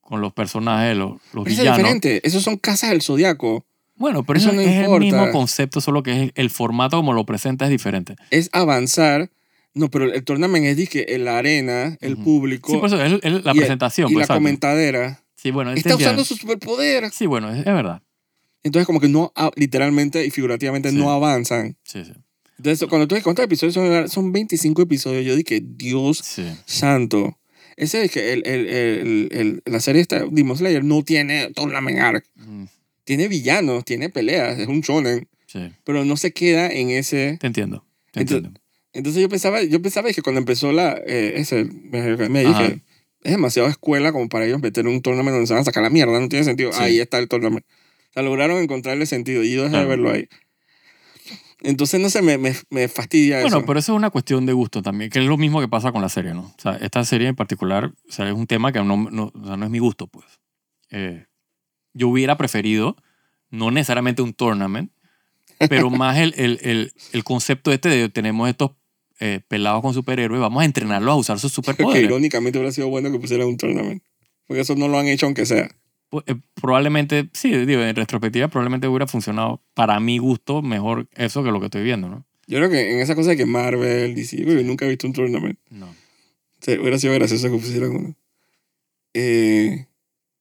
B: con los personajes, los, los
A: Pero eso es
B: villanos.
A: diferente. Esos son casas del zodiaco.
B: Bueno, pero
A: Eso
B: eso,
A: no
B: es el
A: importa.
B: mismo concepto, solo que es el formato como lo presenta es diferente.
A: Es avanzar. No, pero el tournament es dije, en la arena, el
B: Ujú.
A: público
B: Sí, por eso es el- la
A: y el-
B: presentación.
A: y
B: pues,
A: la
B: exacto.
A: comentadera.
B: sí, bueno,
A: Está
B: entiendo.
A: usando su superpoder.
B: Sí, bueno, es, es verdad.
A: Entonces, como que no, a- literalmente y figurativamente
B: Sí.
A: no avanzan.
B: Sí, sí.
A: Entonces, cuando tú dices, ¿cuántos episodios son? Son 25 episodios. Yo dije, Dios
B: sí.
A: santo. Ese es que el, el, el, el- la serie esta, Demon Slayer, no tiene tournament arc.
B: Mm,
A: Tiene villanos, tiene peleas, es un shonen,
B: sí.
A: pero no se queda en ese...
B: Te entiendo. Te
A: Entonces-
B: entiendo.
A: Entonces yo pensaba, yo pensaba que cuando empezó la, eh, ese, me me
B: Ajá.
A: dije, es demasiado escuela como para ellos meter un torneo donde se van a sacar la mierda, no tiene sentido.
B: Sí.
A: Ahí está el torneo. O sea, lograron encontrarle sentido y yo dejé de
B: Claro.
A: verlo ahí. Entonces, no sé, me, me, me fastidia
B: Bueno,
A: eso.
B: pero eso es una cuestión de gusto también, que es lo mismo que pasa con la serie, ¿no? O sea, esta serie en particular, o sea, es un tema que no, no, o sea, no es mi gusto, pues. Eh, yo hubiera preferido, no necesariamente un tournament, pero más el, el, el, el concepto este de tenemos estos eh, pelados con superhéroes, vamos a entrenarlos a usar sus
A: Creo que
B: superpoderes.
A: irónicamente hubiera sido bueno que pusieran un torneo. Porque eso no lo han hecho aunque sea.
B: Pu- eh, probablemente, sí, digo, en retrospectiva probablemente hubiera funcionado para mi gusto mejor eso que lo que estoy viendo, ¿no?
A: Yo creo que en esa cosa de que Marvel, DC, güey, yo nunca he visto un torneo.
B: No.
A: hubiera sido gracioso que pusieran uno. Eh,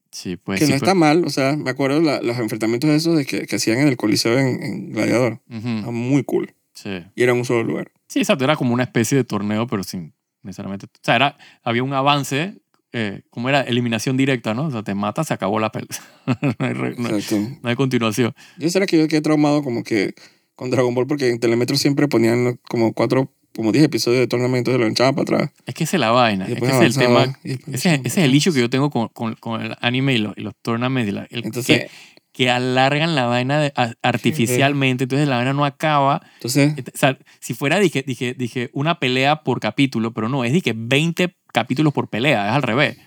B: Sí, pues
A: que
B: sí.
A: no
B: pero-
A: está mal, o sea, me acuerdo la- los enfrentamientos esos de que, que hacían en el Coliseo en, en Gladiador.
B: Ujú,
A: Estaban muy cool.
B: sí.
A: Y era en un solo lugar.
B: Sí, exacto, era como una especie de torneo, pero sin necesariamente. O sea, era, había un avance, eh, como era eliminación directa, ¿no? O sea, te mata, se acabó la pelea. no, hay, re- no hay-
A: Exacto.
B: no hay continuación.
A: Yo será que yo quedé traumado como que con Dragon Ball porque en Telemetro siempre ponían como cuatro, como diez episodios de torneamientos de lo echaban para atrás.
B: Es que esa es la vaina,
A: Y
B: es que
A: después
B: ese es el
A: avanzaba, pues,
B: tema.
A: y después
B: Ese,
A: avanzaba.
B: ese es el issue que yo tengo con, con, con el anime y los, y los tournaments, y la- el- que,
A: Entonces,
B: que alargan la vaina de- a- artificialmente, entonces la vaina no acaba.
A: entonces
B: O sea, si fuera, dije, dije, dije, una pelea por capítulo, pero no, es dije 20 capítulos por pelea, es al revés.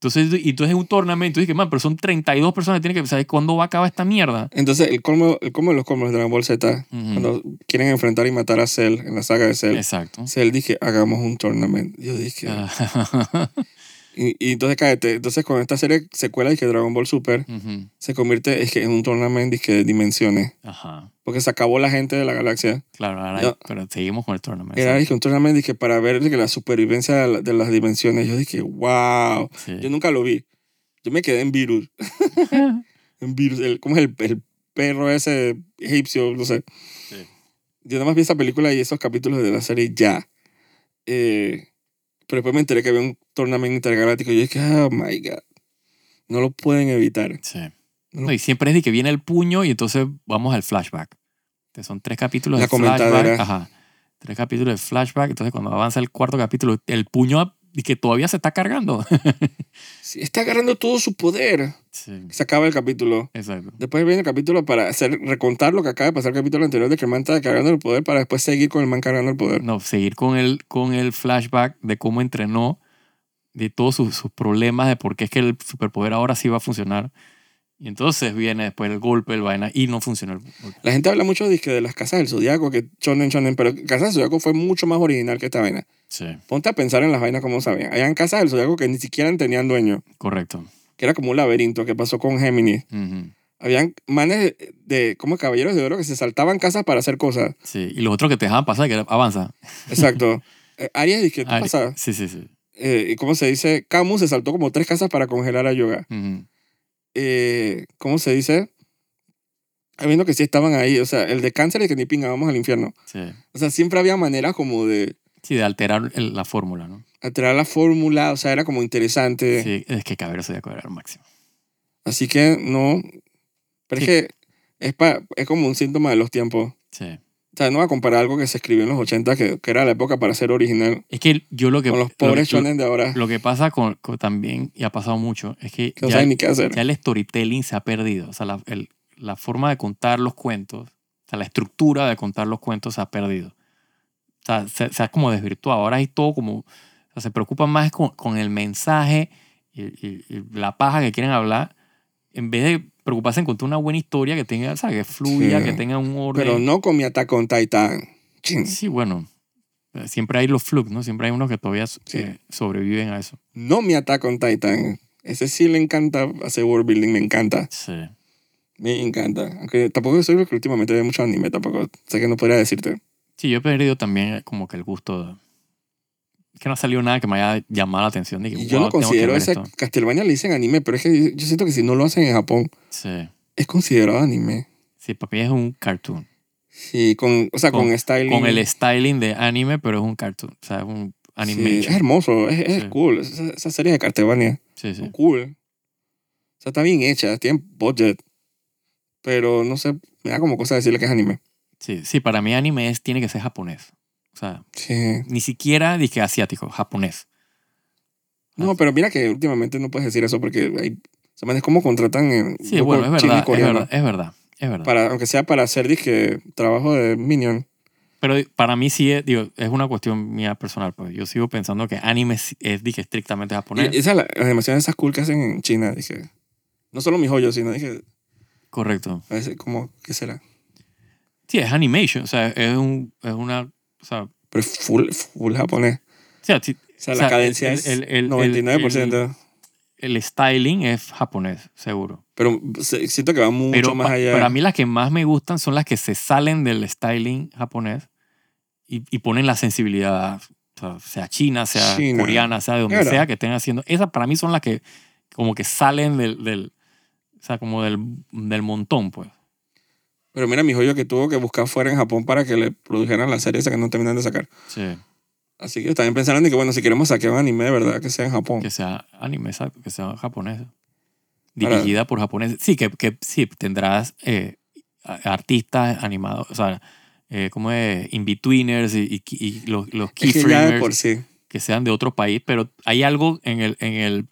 B: Entonces, y entonces es un tornamento. Y dije, man, pero son 32 personas que tienen que saber cuándo va a acabar esta mierda.
A: Entonces, el colmo, el colmo de los colmos de Dragon Ball Z,
B: Ujú.
A: cuando quieren enfrentar y matar a Cell en la saga de Cell,
B: Exacto.
A: Cell dije, hagamos un tornamento. Yo dije,
B: Ah,
A: y, y entonces cállate. Entonces, con esta serie secuela, dije Dragon Ball Super,
B: ujú.
A: se convierte es que, en un tornamento dije, de dimensiones.
B: Ajá.
A: Porque se acabó la gente de la galaxia.
B: Claro, ahora
A: No.
B: pero seguimos con el tornamento.
A: Era dije, un tornamento dije, para ver dije, la supervivencia de, la- de las dimensiones. Yo dije, wow.
B: Sí.
A: Yo nunca lo vi. Yo me quedé en virus. En virus. El, ¿Cómo es el, el perro ese egipcio? No sé.
B: Sí.
A: Yo nada más vi esa película y esos capítulos de la serie ya. Eh, pero después me enteré que había un tornamento intergaláctico. Y yo dije, oh my God. No lo pueden evitar.
B: Sí.
A: No.
B: No, y siempre es de que viene el puño y entonces vamos al flashback. Entonces son tres capítulos
A: La
B: de flashback.
A: comentadera.
B: Ajá. Tres capítulos de flashback. Entonces cuando avanza el cuarto capítulo, el puño y que todavía se está cargando.
A: Sí, está agarrando todo su poder.
B: sí,
A: Se acaba el capítulo.
B: exacto.
A: Después viene el capítulo para hacer, recontar lo que acaba de pasar el capítulo anterior de que el man está cargando el poder para después seguir con el man cargando el poder.
B: No, seguir con el, con el flashback de cómo entrenó, de todos sus, sus problemas, de por qué es que el superpoder ahora sí va a funcionar. Y entonces viene después el golpe, el vaina, y no funcionó el golpe.
A: La gente habla mucho de, que de las casas del zodiaco, que Shonen Shonen, pero Casas del zodiaco fue mucho más original que esta vaina.
B: Sí,
A: Ponte a pensar en las vainas como sabían. Habían casas del zodiaco que ni siquiera tenían dueño,
B: correcto.
A: que era como un laberinto que pasó con Géminis.
B: Ujú.
A: Habían manes de, de- como caballeros de oro que se saltaban casas para hacer cosas.
B: Sí, y los otros que te dejaban pasar, que era, avanza.
A: Exacto. Eh, Aries, dije, ¿qué
B: Ah,
A: pasa?
B: Sí, sí, sí.
A: Eh, ¿y ¿Cómo se dice? Camus se saltó como tres casas para congelar a Yoga.
B: Ujú.
A: eh, ¿cómo se dice? Habiendo que sí estaban ahí, o sea, el de cáncer es que ni pinga, vamos al infierno.
B: Sí.
A: O sea, siempre había maneras como de
B: Sí, de alterar el- la fórmula, ¿no?
A: alterar la fórmula, o sea, era como interesante.
B: Sí, es que Cabero se acuerda al máximo.
A: Así que no, pero
B: Sí.
A: es que es, pa- es como un síntoma de los tiempos.
B: Sí.
A: O sea, no va a comparar algo que se escribió en los 80, que, que era la época para ser original,
B: Es que yo lo que.
A: con los
B: lo-
A: pobres
B: lo,
A: chones de ahora,
B: lo que pasa con, con- también, y ha pasado mucho, es que
A: que no
B: ya,
A: saben ni qué hacer.
B: ya el storytelling se ha perdido. O sea, la, el- la forma de contar los cuentos, o sea, la estructura de contar los cuentos se ha perdido. O sea, se, se ha como desvirtuado. Ahora es todo como. O sea, se preocupan más con, con el mensaje y, y- y la paja que quieren hablar, en vez de preocuparse en contar una buena historia que tenga, o sea, que fluya,
A: Sí.
B: que tenga un orden.
A: Pero no con mi ataque con Titan. Chin.
B: Sí, bueno, eh, siempre hay los flux, ¿no? Siempre hay unos que todavía so-
A: Sí.
B: eh, sobreviven a eso.
A: No mi ataque con Titan. Ese sí le encanta hacer world building, me encanta.
B: Sí.
A: Me encanta. Aunque tampoco soy porque últimamente veo mucho anime, tampoco sé que no podría decirte.
B: Sí, yo he perdido también eh, como que el gusto de... Es que no ha salido nada que me haya llamado la atención. Dije,
A: Y yo
B: "Wow,
A: lo
B: tengo que
A: considero
B: ver
A: ese.
B: esto".
A: Castlevania le dicen anime, pero es que yo- yo siento que si no lo hacen en Japón,
B: Sí.
A: es considerado anime.
B: Sí, para mí es un cartoon.
A: Sí, con, o sea, con, styling.
B: Con el styling de anime, pero es un cartoon. O sea, es un
A: sí, Es
B: animation.
A: hermoso, es, es
B: Sí.
A: cool. Esa- Esas series de Castlevania
B: Sí, sí.
A: son cool. O sea, está bien hecha, tienen budget. Pero no sé, me da como cosa decirle que es anime.
B: Sí, sí, para mí anime es, tiene que ser japonés. O sea,
A: Sí.
B: ni siquiera dije asiático, japonés.
A: No, pero mira que últimamente no puedes decir eso porque hay. O sea, es como contratan en
B: Sí,
A: grupo
B: bueno, es
A: chino y
B: verdad, es
A: coreano.
B: verdad, es verdad, es verdad.
A: para, aunque sea para hacer disque trabajo de Minion.
B: Pero para mí sí es, digo, es una cuestión mía personal. Pues. Yo sigo pensando que anime es, es, dije, estrictamente japonés.
A: Y esa, la, las animaciones esas cool que hacen en China, dije. No solo mis hoyos, sino dije,
B: Correcto.
A: a veces como, ¿qué será?
B: Sí, es animation. O sea, es, un, es una... O sea, o
A: Pero es full, full japonés.
B: sea, sí,
A: O sea,
B: O
A: la
B: sea,
A: cadencia
B: el-
A: es
B: el- el-
A: 99%.
B: el styling es japonés, seguro.
A: pero se- siento que va mucho
B: Pero
A: más
B: pa-
A: allá.
B: para mí las que más me gustan son las que se salen del styling japonés y, y ponen la sensibilidad, o sea, sea china, sea
A: China.
B: coreana, sea de donde
A: Claro.
B: sea que estén haciendo. Esas para mí son las que como que salen del... del o sea, como del, del montón, pues.
A: Pero mira mis hoyos que tuvo que buscar fuera en Japón para que le produjeran la serie esa que no terminan de sacar.
B: Sí.
A: Así que también pensaron de que, bueno, si queremos sacar un anime de verdad, que sea en Japón.
B: que sea anime, exacto, que sea japonesa.
A: Ahora-
B: Dirigida por japoneses. Sí, que, que sí, tendrás eh, a- artistas animados, o sea, eh, como es, in-betweeners y, y- y los, los
A: Es que ya de
B: keyframers
A: por sí.
B: que sean de otro país, pero hay algo en, el, en el,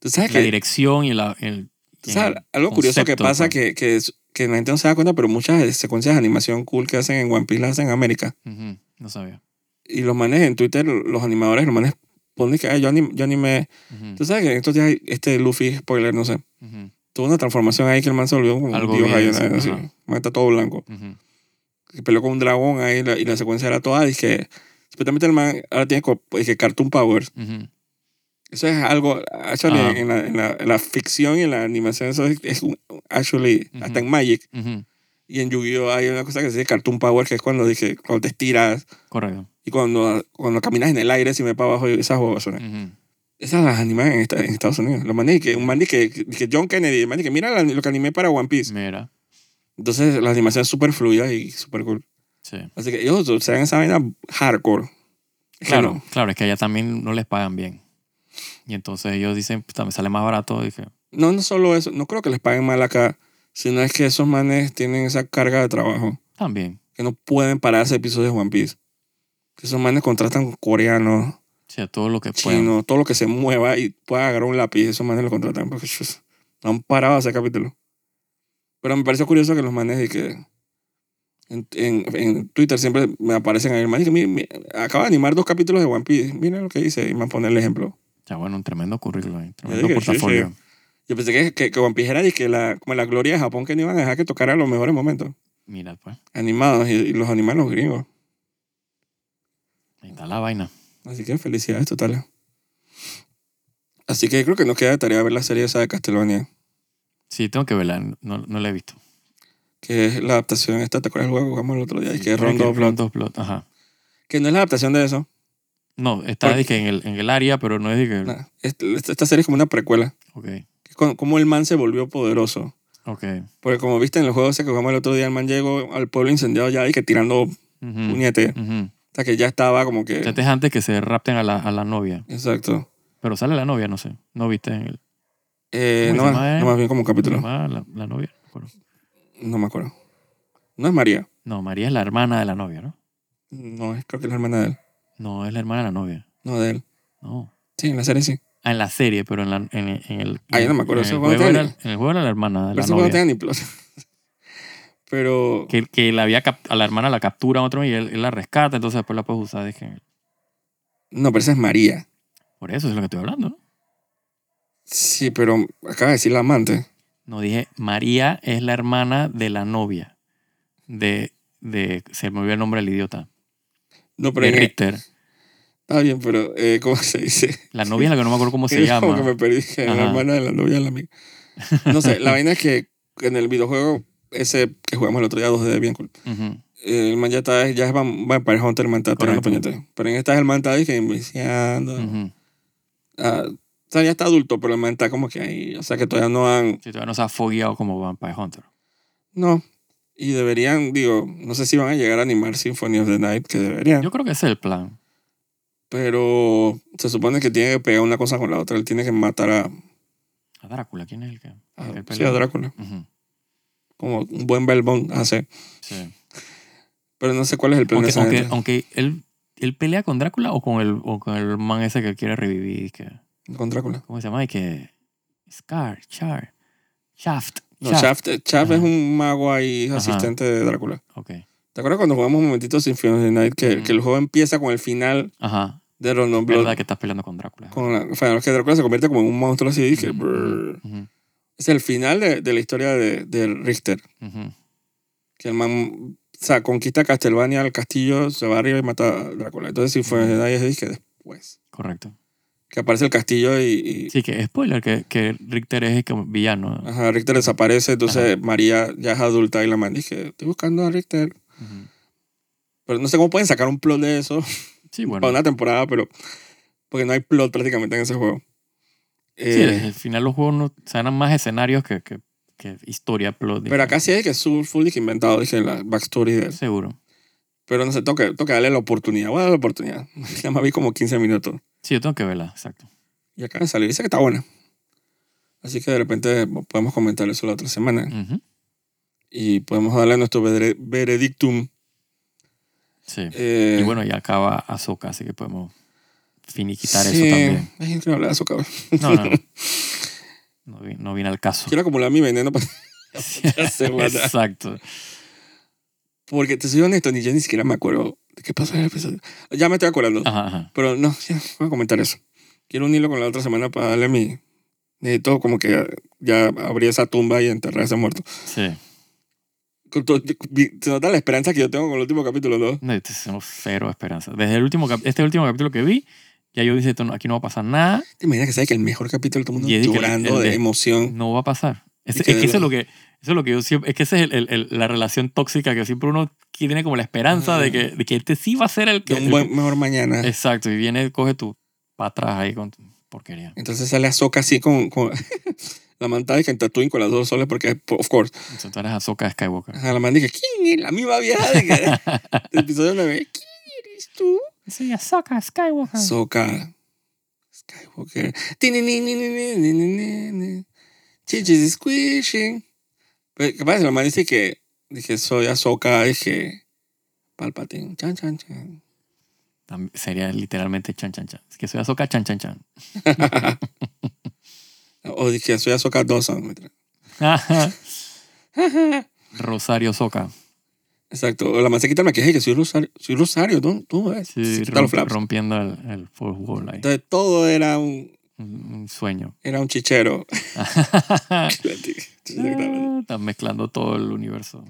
A: Tú sabes
B: la
A: que
B: dirección y la... el-
A: Tú sabes,
B: en el
A: algo curioso que
B: concepto,
A: pasa
B: pues.
A: que, que, es- que la gente no se da cuenta, pero muchas de- secuencias de animación cool que hacen en One Piece las hacen en América.
B: Ujú, no sabía.
A: Y los manes en Twitter, los animadores, los manes ponen que, "Ay, yo, anim- yo animé.
B: Ujú,
A: Tú sabes que en estos días hay- este Luffy, spoiler, no sé,
B: ujú,
A: tuvo una transformación ahí que el man se volvió como
B: Algo
A: un dios ahí,
B: bien,
A: una vez así.
B: sí, ajá.
A: Man está todo blanco.
B: ujú.
A: Que peleó con un dragón ahí la- y la secuencia era toda. Y que supuestamente el man ahora tiene co- dizque Cartoon Powers.
B: Ujú.
A: Eso es algo, actually,
B: Ajá.
A: en, la, en, la, en la ficción y en la animación, eso es, es un- actually,
B: Ujú.
A: hasta en Magic
B: Ujú.
A: y en Yu-Gi-Oh! hay una cosa que se dice Cartoon Power, que es cuando, dije, cuando te estiras
B: Correcto.
A: y cuando, cuando caminas en el aire, si me para abajo, y esas bobazones.
B: Ujú.
A: Esas las animan en, esta- en Estados Unidos. Los manes que, un man que, que John Kennedy, el man que mira la- lo que animé para One Piece.
B: Mira.
A: Entonces, la animación es súper fluida y súper cool.
B: Sí.
A: Así que ellos se dan esa vaina hardcore. Es que
B: Claro,
A: no.
B: claro, es que allá también no les pagan bien. Y entonces ellos dicen, puta, me sale más barato. Dije,
A: no, no solo eso, no creo que les paguen mal acá, sino es que esos manes tienen esa carga de trabajo
B: también,
A: que no pueden pararse episodios de One Piece. Que esos manes contratan coreanos,
B: o sea, todo lo que puedan.
A: chinos, todo lo que se mueva y pueda agarrar un lápiz, esos manes lo contratan porque chus, no han parado de hacer capítulos. Pero me pareció curioso que los manes de que en, en, en Twitter siempre me aparecen ahí, manes que "Mira, mira, acaba de animar dos capítulos de One Piece, mira lo que dice y me pone el ejemplo.
B: Ya, bueno, un tremendo currículum, ahí, tremendo
A: dije, sí,
B: portafolio.
A: Yo pensé que, que, que One Piece era dizque la, como la gloria de Japón que no iban a dejar que tocara los mejores momentos.
B: Mira, pues,
A: Animados y, y los animan los gringos.
B: ahí está la vaina.
A: Así que felicidades totales. Así que creo que nos queda de tarea ver la serie esa de Castlevania,
B: Sí, tengo que verla, no, no la he visto.
A: que es la adaptación esta, ¿te acuerdas del juego que jugamos el otro día? Y
B: Sí,
A: que es
B: creo
A: Rondo
B: que
A: of Blood.
B: Rondo Blood, Ajá.
A: Que no es la adaptación de eso.
B: No, está
A: Porque-
B: dije, en, el, en el área, pero no es de que...
A: Nah, este- esta, esta serie es como una precuela.
B: Ok,
A: Que es con- cómo el man se volvió poderoso.
B: ok.
A: Porque como viste en el juego ese que jugamos el otro día, el man llegó al pueblo incendiado ya y que tirando
B: Ujú,
A: puñete.
B: ujú.
A: O sea que ya estaba como que...
B: O sea, este es antes que se rapten a la, a la novia.
A: Exacto.
B: Pero sale la novia, no sé. No viste en el...
A: Eh,
B: ¿Cómo
A: no,
B: se
A: más,
B: llama, eh?
A: no más bien como un capítulo.
B: Ah, La, la novia. no
A: No me
B: me acuerdo.
A: acuerdo. No es María.
B: No, María es la hermana de la novia, ¿no?
A: No, es, creo que es la hermana de él.
B: No, es la hermana de la novia.
A: No, de él.
B: No.
A: Sí, en la serie sí.
B: Ah, en la serie, pero en, la, en, el- en el.
A: Ah, yo no me acuerdo,
B: En
A: eso
B: el,
A: fue
B: juego
A: antes
B: era,
A: de-
B: en el juego era la hermana de
A: Pero
B: la
A: ese juego no
B: novia.
A: tenía ni plot. Pero...
B: Que, que la había cap- a la hermana la captura otro y él, él la rescata, entonces después la puedes usar. Dije,
A: No, pero esa es María.
B: por eso es lo que estoy hablando, ¿no?
A: Sí, pero acaba de decir la amante.
B: No dije, María es la hermana de la novia. De. de se me olvidó el nombre del idiota.
A: No, pero...
B: De
A: en-
B: Richter.
A: Está bien, pero... eh, ¿Cómo se dice?
B: La novia es la que no me acuerdo cómo se
A: Es Como que
B: llama.
A: me perdí. que La
B: Ajá.
A: hermana de la novia de la amiga. No sé, la vaina es que en el videojuego ese que jugamos el otro día 2D, bien cool.
B: Ujú.
A: El man ya está... Ya es Vam- Vampire Hunter, el man está tirando
B: Correcto.
A: puñetes. Pero en esta el man está dije, iniciando.
B: Ujú.
A: Ah, o sea, ya está adulto, pero el man está como que ahí. O sea, que todavía no han.
B: Si todavía no se ha fogueado como Vampire Hunter.
A: No. Y deberían, digo, no sé si van a llegar a animar Symphony of the Night, que deberían.
B: Yo creo que ese es el plan.
A: Pero se supone que tiene que pegar una cosa con la otra. Él tiene que matar a,
B: A Drácula, ¿quién es el que?
A: a-
B: el que
A: sí,
B: pelea?
A: a Drácula.
B: Ujú,
A: Como un buen Belbón hace.
B: sí.
A: Pero no sé cuál es el plan
B: Aunque,
A: de esa
B: aunque,
A: gente.
B: aunque él, él pelea con Drácula o con el, o con el man ese que quiere revivir. y Que,
A: Con Drácula.
B: ¿Cómo se llama? Y que. Scar, Char, Shaft.
A: No, Shaft, eh, Shaft
B: Ajá.
A: es un mago ahí,
B: Ajá.
A: asistente de Drácula.
B: Ok.
A: ¿Te acuerdas cuando jugamos un momentito Symphony of the Night? Que,
B: Ujú.
A: que el juego empieza con el final
B: Ajá.
A: de Rondon
B: Mm. Verdad
A: Blood.
B: que estás peleando con Drácula.
A: Con la, o sea, que Drácula se convierte como en un monstruo así. Y que,
B: Ujú,
A: brrr.
B: ujú,
A: es el final de, de la historia de, de Richter.
B: ujú.
A: Que el man o sea, conquista Castlevania, el castillo, se va arriba y mata a Drácula. Entonces, si fue
B: Ujú.
A: de ahí, es que después.
B: Correcto.
A: Que aparece el castillo y. y-
B: Sí, que spoiler, que, que Richter es el que- villano.
A: ajá, Richter desaparece. Entonces, María ya es adulta y la man dice: Estoy buscando a Richter.
B: Ujú.
A: Pero no sé cómo pueden sacar un plot de eso
B: Sí,
A: para
B: bueno.
A: una temporada, pero. Porque no hay plot prácticamente en ese juego.
B: Sí,
A: Eh,
B: al final los juegos no, o sea, eran más escenarios que, que, que historia, plot.
A: pero acá sí es que es full, full dije, inventado, dije, la backstory de él.
B: Seguro.
A: Pero no sé, tengo que, tengo que darle la oportunidad. Voy a darle la oportunidad. Ya me vi como 15 minutos.
B: Sí, yo tengo que verla, exacto.
A: Y acaba de salir. Dice que está buena. Así que de repente podemos comentar eso la otra semana.
B: Ujú.
A: Y podemos darle nuestro vere- veredictum.
B: Sí.
A: Eh,
B: Y bueno, ya acaba Azoka, así que podemos finiquitar
A: sí,
B: eso también.
A: Hay gente que no habla de eso, cabrón.
B: No, no, no. No, vi- no viene al caso.
A: Quiero acumular mi veneno para la semana.
B: Exacto.
A: Porque te soy honesto,
B: Ah.
A: ni yo ni siquiera me acuerdo de qué pasó en el episodio. Ya me estoy acordando.
B: Ajá, ajá.
A: Pero no, ya, voy a comentar eso. quiero unirlo con la otra semana para darle mi... Necesito como que ya abrir esa tumba y enterrar a ese muerto.
B: Sí.
A: Con todo- Se nota la esperanza que yo tengo con el último capítulo, ¿no?
B: No, yo tengo cero esperanza. Desde el último, cap- este último capítulo que vi, ya yo dije, "Esto no- aquí no va a pasar nada,
A: ¿Te imaginas que sabes que el mejor capítulo todo el mundo
B: Y es que el-
A: llorando
B: el
A: de
B: de-
A: emoción?
B: no va a pasar. Es,
A: Y que
B: es
A: de
B: que eso es
A: verdad-
B: lo que, eso es lo que yo siempre, es que esa es el- el- el- la relación tóxica que siempre uno tiene como la esperanza de, que, de que este sí va a ser el que...
A: De un
B: el-
A: buen, mejor mañana.
B: Exacto, y viene, coge tu para atrás ahí con tu porquería.
A: Entonces sale Azoka así con, con la mantada de Tatooine con las dos soles porque, of course,
B: Entonces tú eres Ahsoka Skywalker.
A: Ajá, la man dije, ¿quién es la misma vieja de que del episodio 9? ¿Quién eres tú?
B: Soy Ahsoka Skywalker.
A: Soca. Skywalker. Tinininininininini. Chichis squishing. Pero capaz la man dice que, dije, soy Azoka, dije, Palpatine. Chan, chan, chan.
B: Tam- Sería literalmente chan chan chan. Es que soy Ahsoka chan chan chan.
A: O dije, soy Azoka Dawson.
B: Rosario Soka.
A: Exacto. O la man se quita el maquillaje que soy Rosario. Soy Rosario, ¿no? Tú ves.
B: Sí,
A: se quita los
B: romp-
A: flaps.
B: rompiendo el, el fourth wall ahí.
A: Entonces todo era un,
B: Un, un sueño.
A: era un chichero.
B: Ah,
A: Exactamente.
B: Están Ah, mezclando todo el universo.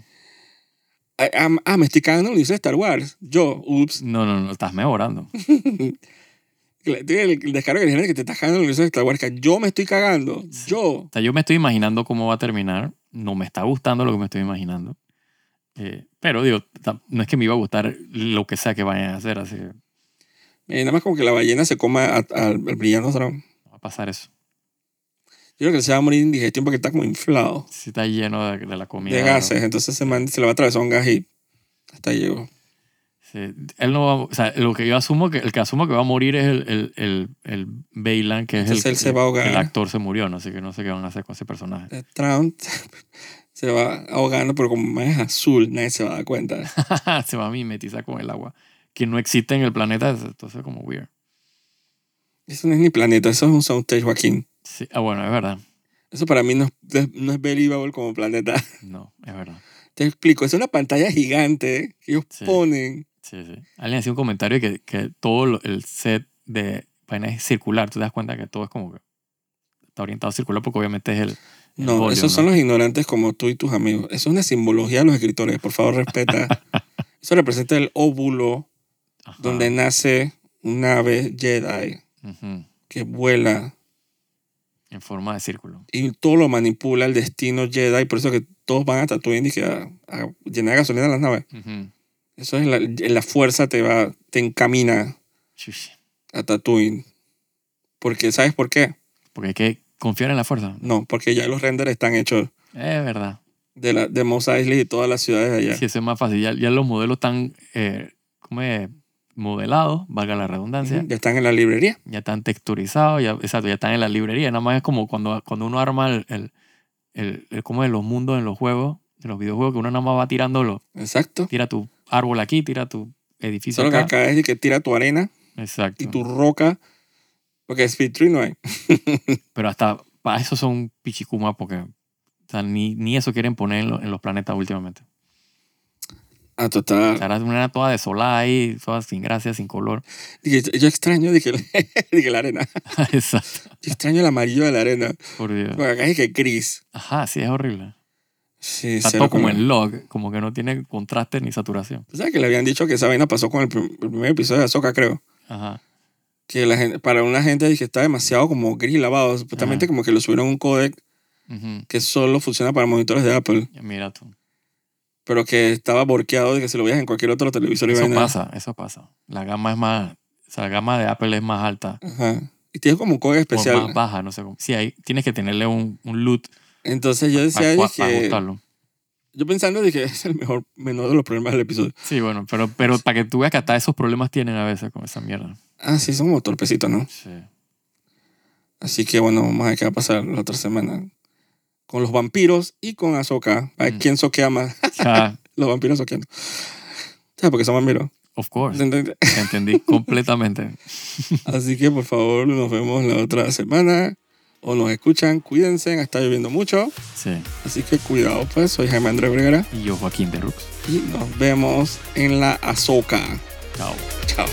A: Ah, ah, ah, me estoy cagando en el universo de Star Wars. Yo, ups.
B: No, no, no, estás mejorando.
A: Tiene el el descaro que le dijeron que te estás cagando en el universo de Star Wars. que Yo me estoy cagando. Yo.
B: O sea, yo me estoy imaginando cómo va a terminar. No me está gustando lo que me estoy imaginando. Eh, pero digo, ta- no es que me iba a gustar lo que sea que vayan a hacer, así que no
A: Eh, nada más como que la ballena se coma a- al al brillante dragón.
B: va a pasar eso.
A: Yo creo que se va a morir de indigestión porque está como inflado
B: Si está lleno de, de la comida.
A: de
B: ¿no?
A: gases. Entonces se, man- se le va a atravesar un gas y hasta ahí llegó.
B: Sí, él no va, o sea, lo que yo asumo que el que asumo que va a morir es el el el, el Bailan, que es
A: Entonces
B: el
A: él se va a ahogar.
B: el actor se murió, no sé qué no sé qué van a hacer con ese personaje.
A: Eh, Trump se va ahogando, pero como más es azul, nadie se va a dar cuenta.
B: se va a mimetizar con el agua, que no existe en el planeta, es- entonces como weird.
A: Eso no es ni planeta, eso es un soundstage, Joaquín.
B: Sí, ah bueno, es verdad.
A: Eso para mí no es, no es believable como planeta.
B: No, es verdad.
A: Te explico, es una pantalla gigante que ellos
B: Sí.
A: ponen.
B: Sí, sí. Alguien hacía un comentario que, que todo lo- el set de vaina es circular, tú te das cuenta que todo es como que está orientado circular porque obviamente es el El
A: No,
B: óleo,
A: esos
B: ¿no?
A: son los ignorantes como tú y tus amigos. Eso es una simbología de los escritores, por favor, respeta. Eso representa el óvulo
B: ajá,
A: donde nace un ave Jedi
B: ujú,
A: que vuela
B: en forma de círculo.
A: y todo lo manipula el destino Jedi. Por eso que todos van a Tatooine y que a, a llenar de gasolina las naves.
B: Ujú.
A: Eso es la, la fuerza te va, te encamina
B: Chush.
A: a Tatooine. Porque, ¿sabes por qué?
B: Porque hay que confiar en la fuerza.
A: No, porque ya los renders están hechos
B: Es verdad.
A: de, la, de Mos Eisley y todas las ciudades de allá.
B: Si eso es más fácil. Ya, ya los modelos están eh, ¿cómo es? modelados, valga la redundancia.
A: Ujú, Ya están en la librería.
B: Ya están texturizados, ya, exacto, ya están en la librería. Nada más es como cuando, cuando uno arma el, el, el- el- ¿cómo es? los mundos en los juegos, en los videojuegos, que uno nada más va tirándolo.
A: Exacto.
B: Tira tu árbol aquí, tira tu edificio
A: Solo que
B: acá.
A: acá es de que tira tu arena
B: Exacto.
A: y tu roca. Porque Speed Tree no hay.
B: Pero hasta para eso son pichicuma porque o sea, ni, ni eso quieren poner en, lo- en los planetas últimamente.
A: Ah,
B: O sea,
A: total.
B: ahora es una toda desolada ahí, toda sin gracia, sin color.
A: Dije, yo extraño dije, dije, la arena.
B: Exacto.
A: Yo extraño el amarillo de la arena.
B: Por Dios.
A: Porque acá es que gris.
B: Ajá, sí, es horrible.
A: Sí,
B: Está
A: cero
B: todo como
A: color.
B: en log, como que no tiene contraste ni saturación.
A: ¿Tú sabes que le habían dicho que esa vaina pasó con el, prim- el primer episodio de Azoka, creo?
B: Ajá.
A: Que la gente, para una gente dije, está demasiado como gris lavado. Supuestamente
B: Ajá.
A: como que lo subieron a un codec
B: Ujú.
A: que solo funciona para monitores de Apple.
B: Ya Mira tú.
A: Pero que estaba borqueado de que si lo veías en cualquier otro televisor iba
B: Eso
A: a
B: pasa, eso pasa. La gama es más, o sea, la gama de Apple es más alta
A: Ajá. Y tiene como un codec especial.
B: o Pues más baja, no sé cómo. Sí, ahí tienes que tenerle un, un loot
A: Entonces yo
B: para
A: decía, dije,
B: ajustarlo.
A: Yo pensando dije, es el mejor, menor de los problemas del episodio.
B: Sí, bueno, pero, pero para que tú veas que hasta esos problemas tienen a veces con esa mierda.
A: Ah, sí, son como torpecitos, ¿no?
B: Sí.
A: Así que bueno, vamos a ver qué va a pasar la otra semana. Con los vampiros y con Ahsoka. A ver
B: Mm.
A: quién soquea más.
B: Ya,
A: los vampiros soqueando. ¿Sabes por qué son vampiros?
B: of course.
A: ¿Se entiende?
B: Te entendí completamente.
A: Así que por favor, nos vemos la otra semana. O nos escuchan, cuídense, está lloviendo mucho.
B: Sí.
A: Así que cuidado, pues. Soy Jaime Andrés Vergara
B: Y yo, Joaquín de Rux.
A: y nos vemos en la Azoka.
B: Chao.
A: Chao.